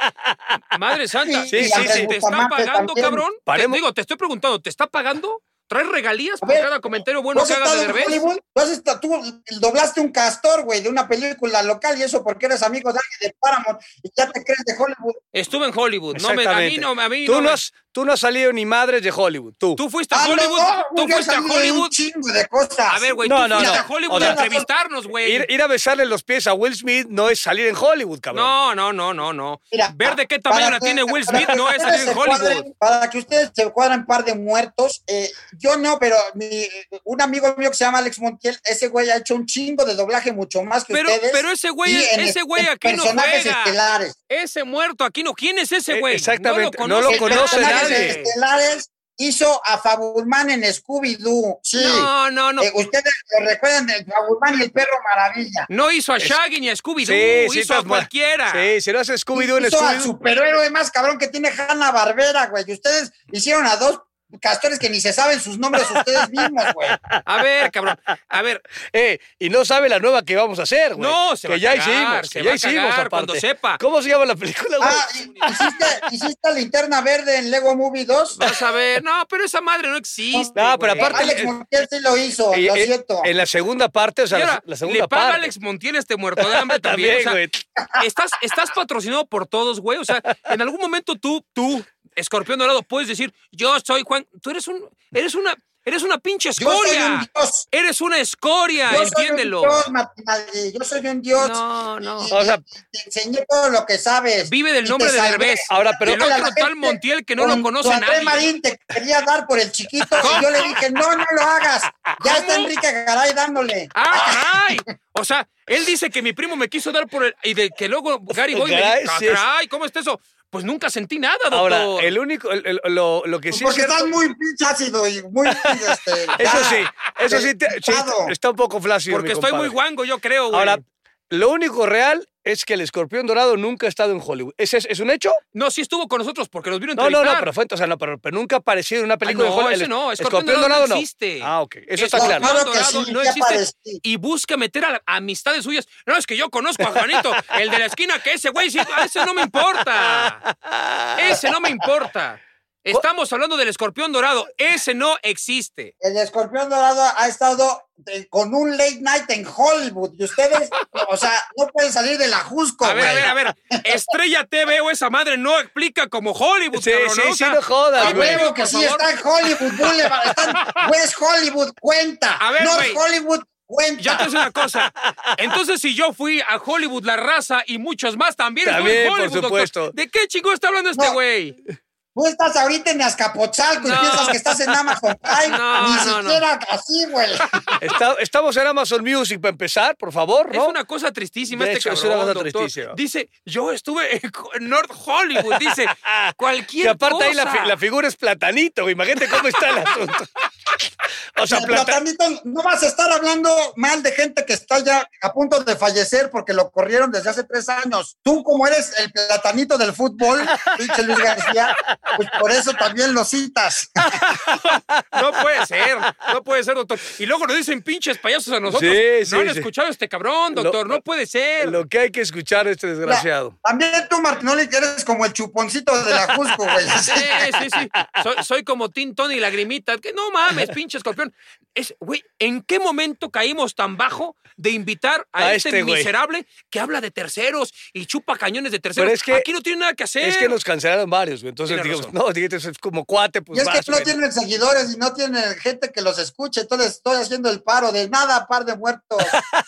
Madre santa, Sí, ¿te- sí, sí, te- sí. ¿te están Bustamante pagando, también. cabrón? Te- Paremos. digo, te estoy preguntando, ¿te está pagando? ¿Traes regalías A por ver, cada comentario ¿Tú bueno has que hagas estado de en Derbez? Hollywood? ¿Tú, has estado- tú doblaste un castor, güey, de una película local y eso porque eres amigo de alguien de Paramount y ya te crees de Hollywood. Estuve en Hollywood. No me, a mí Exactamente. no, a mí tú, no no me- has, tú no has salido ni madres de Hollywood, tú. Tú fuiste a Ah, no, Hollywood. tú yo he fuiste a salido de Hollywood. Un chingo de cosas. A ver, güey, No, tú no, fuiste no. a Hollywood O a sea, entrevistarnos, güey. ir, ir a besarle los pies a Will Smith no es salir en Hollywood, cabrón. No, no, no, no, no. Mira, Ver de qué tamaño para la que- tiene Will para Smith que no es ustedes salir se en Hollywood. cuadren- para que ustedes se cuadren par de muertos, eh, yo no, pero mi- un amigo mío que se llama Alex Montiel, ese güey ha hecho un chingo de doblaje mucho más que Pero, ustedes. pero ese güey, y en ese es- güey en aquí no Personajes juega. estelares. Ese muerto aquí no. ¿Quién es ese Eh, güey? exactamente, no lo En conoce personajes nadie. estelares hizo a Fabulman en Scooby-Doo. Sí. No, no, no. Eh, ustedes lo recuerdan de Fabulman y el perro maravilla. No hizo a Shaggy ni a Scooby-Doo. Sí, sí, hizo a estás mal. cualquiera. Sí, si lo haces Scooby-Doo en hizo al Scooby-Doo. superhéroe más cabrón que tiene Hanna Barbera, güey. Y ustedes hicieron a dos castores que ni se saben sus nombres ustedes mismos, güey. A ver, cabrón. A ver. Eh, y no sabe la nueva que vamos a hacer, güey. No, se que va a ya cagar, hicimos, se que va ya a hicimos cagar aparte. cuando sepa. ¿Cómo se llama la película, güey? Ah, y- hiciste, hiciste linterna verde en Lego Movie 2. Vas a ver. No, pero esa madre no existe. No, pero güey. aparte- Alex Montiel sí lo hizo, Y- lo en- siento. Eh, En la segunda parte, o sea, Y la, ahora, la segunda le paga parte. Alex Montiel este muerto de hambre también. También, o sea, güey. estás, estás patrocinado por todos, güey. O sea, en algún momento tú, tú, escorpión dorado, puedes decir, yo soy Juan. Tú eres un, eres una, eres una pinche Yo soy escoria. un dios. Eres una escoria, Yo soy un entiéndelo. dios, Matinaldi, Yo soy un dios. No, no. Y- O sea- y te enseñé todo lo que sabes. Vive del Y nombre te de salvé. Derbez. Ahora, pero- El Dígale a la otro tal gente, Montiel que no lo con- conoce con Andrés nadie. Marín te quería dar por el chiquito y yo le dije, no, no lo hagas. Ya está Enrique Garay dándole. ¡Ah, caray! O sea, él dice que mi primo me quiso dar por el. Y de que luego Gary Boy me Caray, dijo, sí es. ¡caray! ¿Cómo está eso? Pues nunca sentí nada, doctor. Ahora, el único, el- el- lo, lo que sí es Porque cierto- estás muy pinche ácido y muy. Este, Eso ya. sí, eso sí, te- sí, Pesado. está un poco flácido. mi Porque estoy compadre. muy guango, yo creo, güey. Ahora, lo único real es que el escorpión dorado nunca ha estado en Hollywood. ¿Es, es, es un hecho? No, sí estuvo con nosotros porque nos vino a No, no, entrevistar. no, pero fue, o sea, no, pero, pero nunca ha aparecido en una película Ah, no, de Hollywood. ese El no, escorpión dorado no existe. Ah, ok, eso está No, Escorpión claro. claro que dorado sí, no ya existe. aparecí. Y busca meter a la- amistades suyas. No, es que yo conozco a Juanito, el de la esquina, que ese güey, sí, a ese no me importa. Ese no me importa. Estamos hablando del escorpión dorado. Ese no existe. El escorpión dorado ha estado eh, con un late night en Hollywood y ustedes, o sea, no pueden salir de la Jusco, A güey. ver, a ver, a ver. Estrella TV o esa madre no explica como Hollywood, Sí, cabrón, sí, ¿no? O sí, sea, no jodas, A güey. huevo que por sí, favor. está en Hollywood Boulevard, está en West Hollywood, cuenta. A ver, North güey. Hollywood, cuenta. Yo te voy a decir una cosa. Entonces, si yo fui a Hollywood, la raza y muchos más también, estuve También, en por Hollywood, doctor. supuesto. ¿De qué chingo está hablando este No. güey? Tú estás ahorita en Azcapotzalco No. y piensas que estás en Amazon Prime. No, Ni no, no. siquiera así, güey. Está- estamos en Amazon Music para empezar, por favor, ¿no? Es una cosa tristísima De este hecho, es cabrón, una cosa doctor. tristísima. Dice, yo estuve en Co- en North Hollywood, dice, que cualquier aparte cosa. ahí la, fi- la figura es platanito, güey. Imagínate cómo está el asunto. O sea, Eh, plata- Platanito, no vas a estar hablando mal de gente que está ya a punto de fallecer porque lo corrieron desde hace tres años. Tú, como eres el platanito del fútbol, pinche Luis García, pues por eso también lo citas. No puede ser, no puede ser, doctor. Y luego nos dicen pinches payasos a nosotros. Sí, sí, no han sí. escuchado a este cabrón, Lo- doctor, no puede ser. lo que hay que escuchar a este desgraciado. También tú, Martinoli, que eres como el chuponcito de la Jusco, güey. Sí, sí, sí. Soy, soy como Tintón y Lagrimita. Que no mames, pinche escorpión. Es, güey, ¿en qué momento caímos tan bajo de invitar a, A este, este güey. miserable que habla de terceros y chupa cañones de terceros? Pero es que- Aquí no tiene nada que hacer. Es que nos cancelaron varios, güey. Entonces, Tienes digamos, razón. no, dijiste, es como cuate, pues y es vas, que no güey. tienen seguidores y no tienen gente que los escuche, entonces estoy haciendo el paro de nada, par de muertos.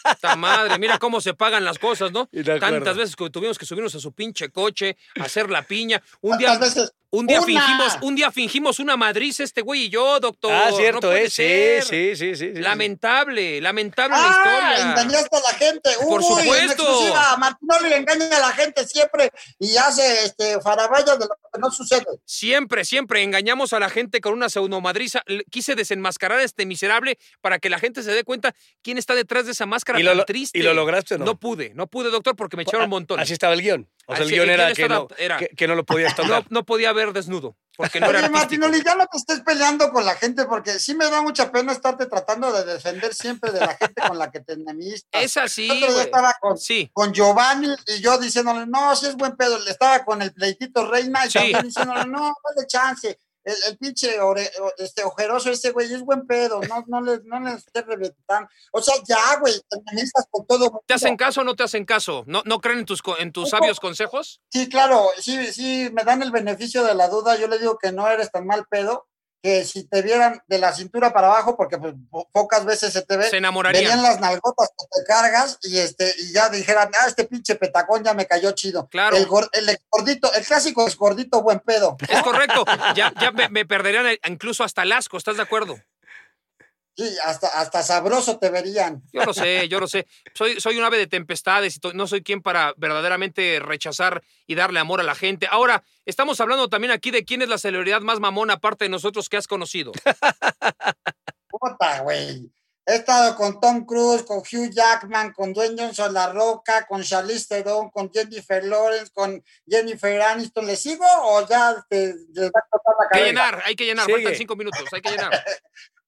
Puta madre, mira cómo se pagan las cosas, ¿no? Y de acuerdo. Tantas veces que tuvimos que subirnos a su pinche coche, hacer la piña. Un día, ¿Cuántas veces? un día ¡Una! fingimos, un día fingimos una madriz este güey y yo, doctor. Ah, No cierto, puede eh. Sí, ser. sí, sí, sí. sí. Lamentable, lamentable Ah, la historia. engañaste a la gente. Por Uy, en supuesto. exclusiva, Martinoli engaña a la gente siempre y hace este faraballa de lo que no sucede. Siempre, siempre engañamos a la gente con una pseudomadriza. L- Quise desenmascarar a este miserable para que la gente se dé cuenta quién está detrás de esa máscara ¿Y lo tan lo- triste. y lo lograste o no? Pues, ah, No pude, no pude, doctor, porque me echaron un montón. Así estaba el guión. O sea, Así- el guión el era, guión que, estaba- no, era- Que, que no lo podías No, tocar. no podía ver desnudo, porque no era Oye, artístico. Martinoli, ya no te estés peleando con la gente porque sí me da mucha pena estarte tratando de defender siempre de la gente con la que te enemistas. Es así, El otro día güey. estaba con, Sí. con Giovanni y yo diciéndole, no, si es buen pedo, le estaba con el pleitito Reina y Sí. también diciéndole, no, dale chance. El, el pinche ore- o- este, ojeroso ese güey es buen pedo, no, no le, no le estés reventando. O sea, ya, güey, te enemistas con todo mundo. ¿Te hacen caso o no te hacen caso? ¿No, no creen en tus, co- en tus Un sabios consejos? Sí, claro, sí, sí, me dan el beneficio de la duda. Yo le digo que no eres tan mal pedo, que si te vieran de la cintura para abajo, porque pues, po- pocas veces se te ve, Se verían enamorarían. las nalgotas que te cargas y este y ya dijeran, ah, este pinche petacón ya me cayó chido. Claro. El, gor- el ex gordito, el clásico es gordito buen pedo. Es correcto. Ya, ya me, me perderían el- incluso hasta el asco, ¿estás de acuerdo? Sí, hasta, hasta sabroso te verían. Yo lo sé, yo lo sé. Soy, soy un ave de tempestades y to- no soy quien para verdaderamente rechazar y darle amor a la gente. Ahora, estamos hablando también aquí de quién es la celebridad más mamona aparte de nosotros que has conocido. Puta, güey. He estado con Tom Cruise, con Hugh Jackman, con Dwayne Johnson La Roca, con Charlize Theron, con Jennifer Lawrence, con Jennifer Aniston. ¿Le sigo o ya te, les va a cortar la Hay que cabeza? llenar, hay que llenar. Sigue. Faltan cinco minutos, hay que llenar.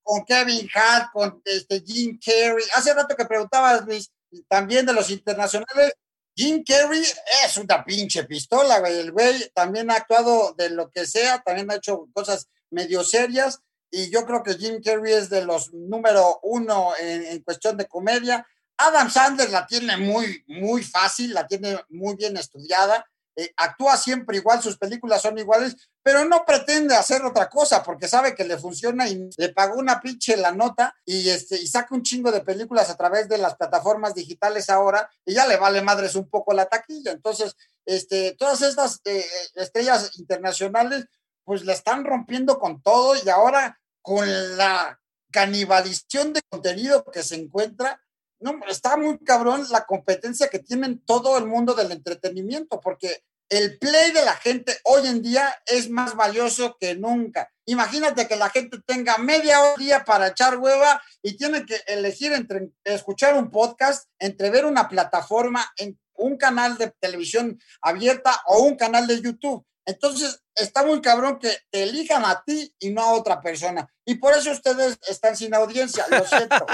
Con Kevin Hart, con este, Jim Carrey. Hace rato que preguntabas, Luis, también de los internacionales. Jim Carrey es una pinche pistola, güey. El güey también ha actuado de lo que sea, también ha hecho cosas medio serias. y yo creo que Jim Carrey es de los número uno en, en cuestión de comedia. Adam Sandler la tiene muy, muy fácil, la tiene muy bien estudiada, eh, actúa siempre igual, sus películas son iguales, pero no pretende hacer otra cosa porque sabe que le funciona y le pagó una pinche la nota y, este, y saca un chingo de películas a través de las plataformas digitales ahora y ya le vale madres un poco la taquilla. Entonces, este, todas estas eh, estrellas internacionales pues la están rompiendo con todo y ahora con la canibalización de contenido que se encuentra, no, hombre, está muy cabrón la competencia que tienen todo el mundo del entretenimiento, porque el play de la gente hoy en día es más valioso que nunca. Imagínate que la gente tenga media hora al día para echar hueva y tiene que elegir entre escuchar un podcast, entre ver una plataforma, en un canal de televisión abierta o un canal de YouTube. Entonces, está muy cabrón que te elijan a ti y no a otra persona. Y por eso ustedes están sin audiencia, lo siento.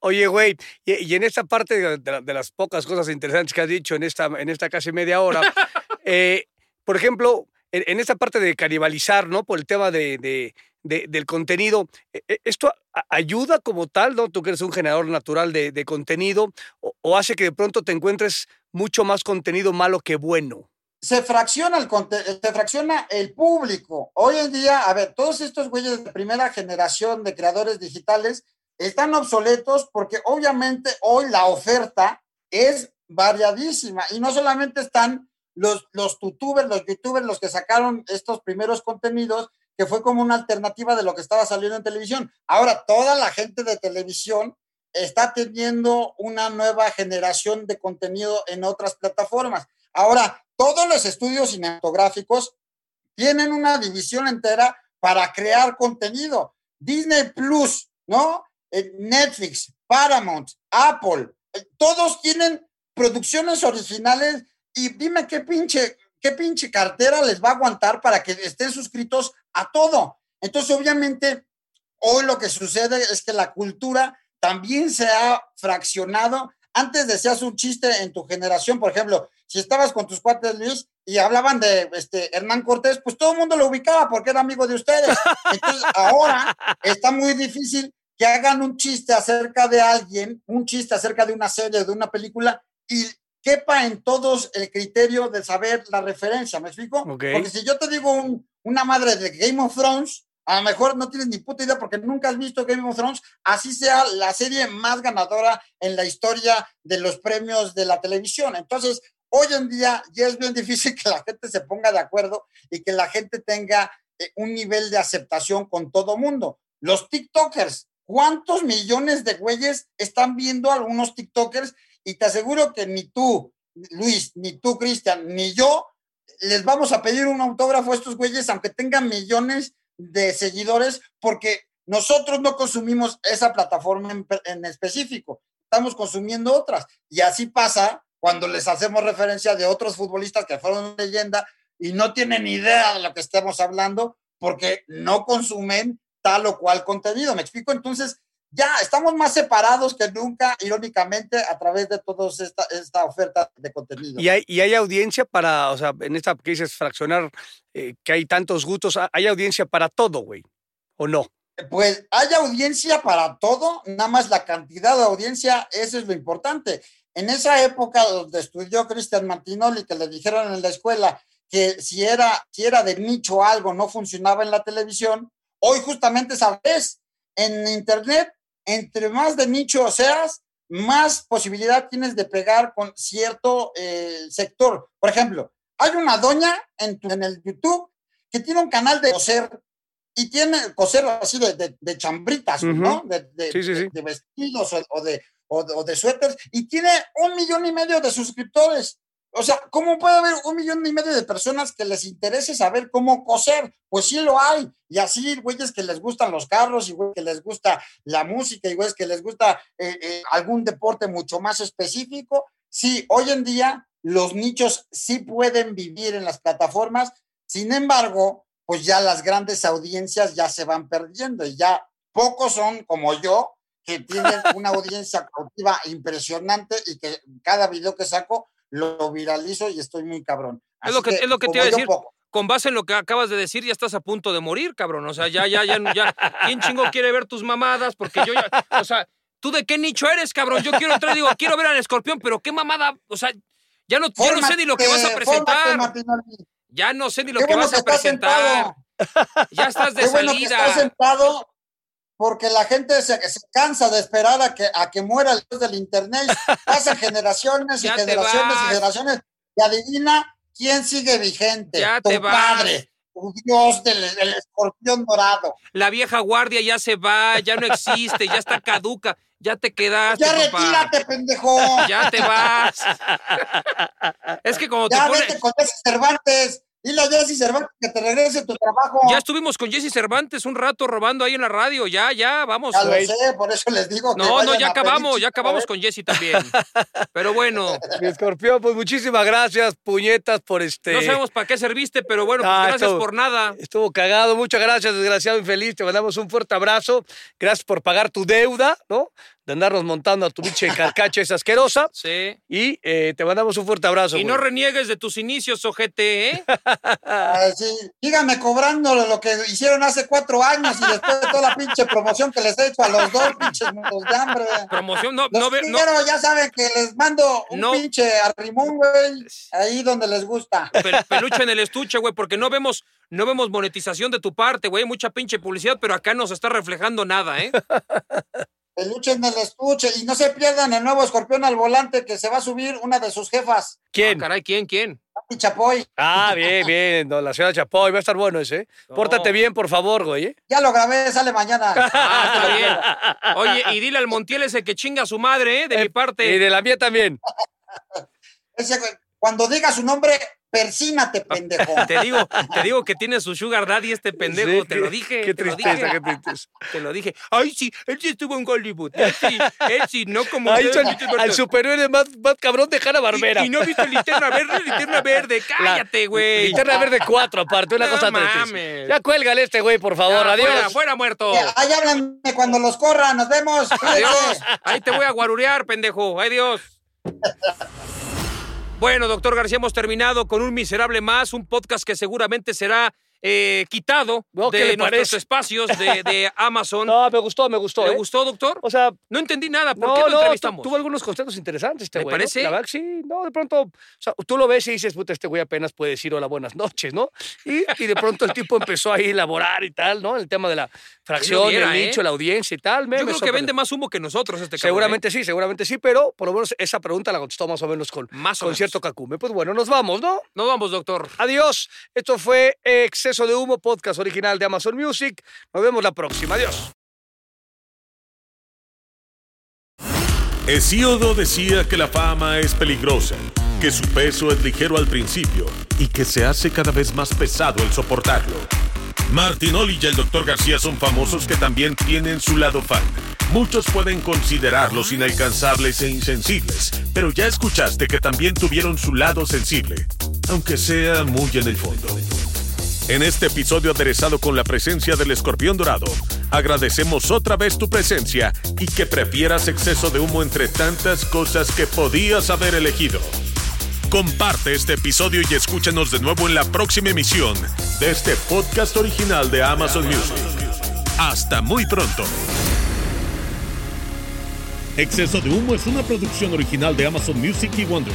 Oye, güey, y, y en esta parte de, de la- de las pocas cosas interesantes que has dicho en esta, en esta casi media hora, eh, por ejemplo, en, en esta parte de canibalizar, ¿no? Por el tema de, de- de- del contenido, eh, eh, ¿esto a- ayuda como tal, ¿no? Tú que eres un generador natural de, de contenido, o, o hace que de pronto te encuentres mucho más contenido malo que bueno? se fracciona el conte- se fracciona el público. Hoy en día, a ver, todos estos güeyes de primera generación de creadores digitales están obsoletos porque obviamente hoy la oferta es variadísima y no solamente están los, los tutubers, los youtubers, los que sacaron estos primeros contenidos, que fue como una alternativa de lo que estaba saliendo en televisión. Ahora toda la gente de televisión está teniendo una nueva generación de contenido en otras plataformas. Ahora, todos los estudios cinematográficos tienen una división entera para crear contenido. Disney Plus, ¿no? Eh, Netflix, Paramount, Apple, eh, todos tienen producciones originales y dime qué pinche, qué pinche cartera les va a aguantar para que estén suscritos a todo. Entonces, obviamente, hoy lo que sucede es que la cultura también se ha fraccionado. Antes decías un chiste en tu generación, por ejemplo, si estabas con tus cuates, Luis, y hablaban de este, Hernán Cortés, pues todo el mundo lo ubicaba porque era amigo de ustedes. Entonces, ahora está muy difícil que hagan un chiste acerca de alguien, un chiste acerca de una serie, de una película, y quepa en todos el criterio de saber la referencia, ¿me explico? Okay. Porque si yo te digo un- una madre de Game of Thrones, a lo mejor no tienes ni puta idea porque nunca has visto Game of Thrones, así sea la serie más ganadora en la historia de los premios de la televisión. Entonces, hoy en día ya es bien difícil que la gente se ponga de acuerdo y que la gente tenga eh, un nivel de aceptación con todo mundo. Los TikTokers, ¿cuántos millones de güeyes están viendo a algunos TikTokers? Y te aseguro que ni tú, Luis, ni tú, Cristian, ni yo les vamos a pedir un autógrafo a estos güeyes, aunque tengan millones de seguidores, porque nosotros no consumimos esa plataforma en, pe- en específico, estamos consumiendo otras. Y así pasa cuando les hacemos referencia de otros futbolistas que fueron leyenda y no tienen idea de lo que estamos hablando porque no consumen tal o cual contenido. ¿Me explico? Entonces, ya estamos más separados que nunca, irónicamente, a través de toda esta, esta oferta de contenido. ¿Y hay, y hay audiencia para, o sea, en esta que dices fraccionar, eh, que hay tantos gustos, ¿ha- ¿hay audiencia para todo, güey? ¿O no? Pues hay audiencia para todo, nada más la cantidad de audiencia, eso es lo importante. En esa época donde estudió Cristian Martinoli, que le dijeron en la escuela que si era, si era de nicho algo, no funcionaba en la televisión, hoy justamente sabes, en Internet, entre más de nicho seas, más posibilidad tienes de pegar con cierto eh, sector. Por ejemplo, hay una doña en, tu- en el YouTube que tiene un canal de coser y tiene coser así de, de, de chambritas, Ujú. ¿no? De, de- Sí, sí, sí. de- de vestidos o, o de, o, de- o de suéteres y tiene un millón y medio de suscriptores. O sea, ¿cómo puede haber un millón y medio de personas que les interese saber cómo coser? Pues sí lo hay. Y así, güeyes que les gustan los carros, y güeyes que les gusta la música, y güeyes que les gusta eh, eh, algún deporte mucho más específico. Sí, hoy en día los nichos sí pueden vivir en las plataformas. Sin embargo, pues ya las grandes audiencias ya se van perdiendo y ya pocos son como yo que tienen una audiencia cautiva impresionante y que cada video que saco lo viralizo y estoy muy cabrón. Es lo Así que- es lo que te como iba a yo, decir. poco. Con base en lo que acabas de decir, ya estás a punto de morir, cabrón. O sea, ya, ya, ya, ya. ¿Quién chingo quiere ver tus mamadas? Porque yo ya. O sea, ¿tú de qué nicho eres, cabrón? Yo quiero entrar, digo, quiero ver al escorpión, pero qué mamada. O sea, ya no, ya no sé ni lo que vas a Fórmate, fórmate, presentar. Martinoli. Ya no sé ni lo Qué que vas bueno que a estás presentar. sentado. Ya estás de Qué bueno que estás salida. sentado porque la gente se, se cansa de esperar a que, a que muera el dios del internet. Pasan generaciones y Ya te generaciones vas. y generaciones. Y adivina quién sigue vigente. Ya tu te vas. padre, tu dios del, del escorpión dorado. La vieja guardia ya se va, ya no existe, ya está caduca. Ya te quedaste, Ya papá. retírate, pendejo. Ya te vas. Es que como te Ya pone. vete con Jesse Cervantes. Dile a Jesse Cervantes que te regrese tu trabajo. Ya estuvimos con Jesse Cervantes un rato robando ahí en la radio. Ya, ya, vamos. Ya lo güey. sé, por eso les digo. que No, no, vayan ya a acabamos, pedir ya acabamos chica, con Jesse también. Pero bueno, Mi escorpión, pues muchísimas gracias, puñetas, por este. no sabemos para qué serviste, pero bueno, pues Ah, gracias esto- por nada. Estuvo cagado, muchas gracias, desgraciado infeliz. Te mandamos un fuerte abrazo. Gracias por pagar tu deuda, ¿no? De andarnos montando a tu biche carcacha esa asquerosa. Sí. Y eh, te mandamos un fuerte abrazo. Y no güey. reniegues de tus inicios, ojete, ¿eh? Ah, sí. Síganme cobrando lo que hicieron hace cuatro años y después de toda la pinche promoción que les he hecho a los dos pinches muertos de hambre. Promoción, no, Los no, ve- no, primeros ya saben que les mando un No. pinche arrimón, güey, ahí donde les gusta. pel- peluche en el estuche, güey, porque no vemos, no vemos monetización de tu parte, güey. Hay Mucha pinche publicidad, pero acá no se está reflejando nada, ¿eh? Peluche en el estuche y no se pierdan el nuevo escorpión al volante que se va a subir una de sus jefas, Ah, ¿Quién? caray, ¿quién, quién? Pati Chapoy. Ah, bien, bien. No, la señora Chapoy, va a estar bueno ese. ¿eh? No. Pórtate bien, por favor, güey. ¿eh? Ya lo grabé, sale mañana. Ah, está bien. Oye, y dile al Montiel ese que chinga a su madre, ¿eh? De mi Y parte. de la mía también. Ese güey, cuando diga su nombre, persínate, pendejo. Te digo, te digo que tiene su sugar daddy este pendejo, Sí, te qué- lo dije. Qué te lo tristeza, dije. qué tristeza. Te lo dije. Ay, sí, él sí estuvo en Hollywood. Él sí, él sí, no como Ahí ustedes, está pinches el- al muertos. superhéroe más, más cabrón de Hanna Barbera. Y, y no viste linterna verde, linterna verde. La- Cállate, güey. Linterna verde 4, aparte, una No cosa mames. triste. Ya cuélgale este güey, por favor, Ya, adiós. Fuera, fuera muerto. Ahí háblanme cuando los corran, nos vemos. Adiós. cuídense. Ahí te voy a guarurear, pendejo. Adiós. Bueno, doctor García, hemos terminado con un miserable más, un podcast que seguramente será eh, quitado No, ¿qué de le nuestros parece? espacios de, de Amazon. No, me gustó, me gustó. ¿Le ¿eh? gustó, doctor? O sea, No entendí nada. ¿Por no, qué lo no, tu- entrevistamos? tuvo algunos conceptos interesantes este ¿Le güey. ¿no? parece? La verdad que sí, no, de pronto, o sea, tú lo ves y dices, puta, este güey apenas puede decir hola, buenas noches, ¿no? Y, y de pronto el tipo empezó ahí a elaborar y tal, ¿no? El tema de la fracción, viera, el nicho, ¿eh? la audiencia y tal. me- Yo me creo que sorprendió. vende más humo que nosotros este cabrón. Seguramente sí, seguramente sí, pero por lo menos esa pregunta la contestó más o menos con, ¿eh? Más o con menos. cierto cacume. Pues bueno, nos vamos, ¿no? Nos vamos, doctor. Adiós. Esto fue Exceso de Humo, podcast original de Amazon Music. Nos vemos la próxima. Adiós. Hesíodo decía que la fama es peligrosa, que su peso es ligero al principio y que se hace cada vez más pesado el soportarlo. Martinoli y el Dr. García son famosos que también tienen su lado fan. Muchos pueden considerarlos inalcanzables e insensibles, pero ya escuchaste que también tuvieron su lado sensible, aunque sea muy en el fondo. En este episodio aderezado con la presencia del escorpión dorado, agradecemos otra vez tu presencia y que prefieras exceso de humo entre tantas cosas que podías haber elegido. Comparte este episodio y escúchanos de nuevo en la próxima emisión de este podcast original de Amazon Music. Hasta muy pronto. Exceso de Humo es una producción original de Amazon Music y Wondery,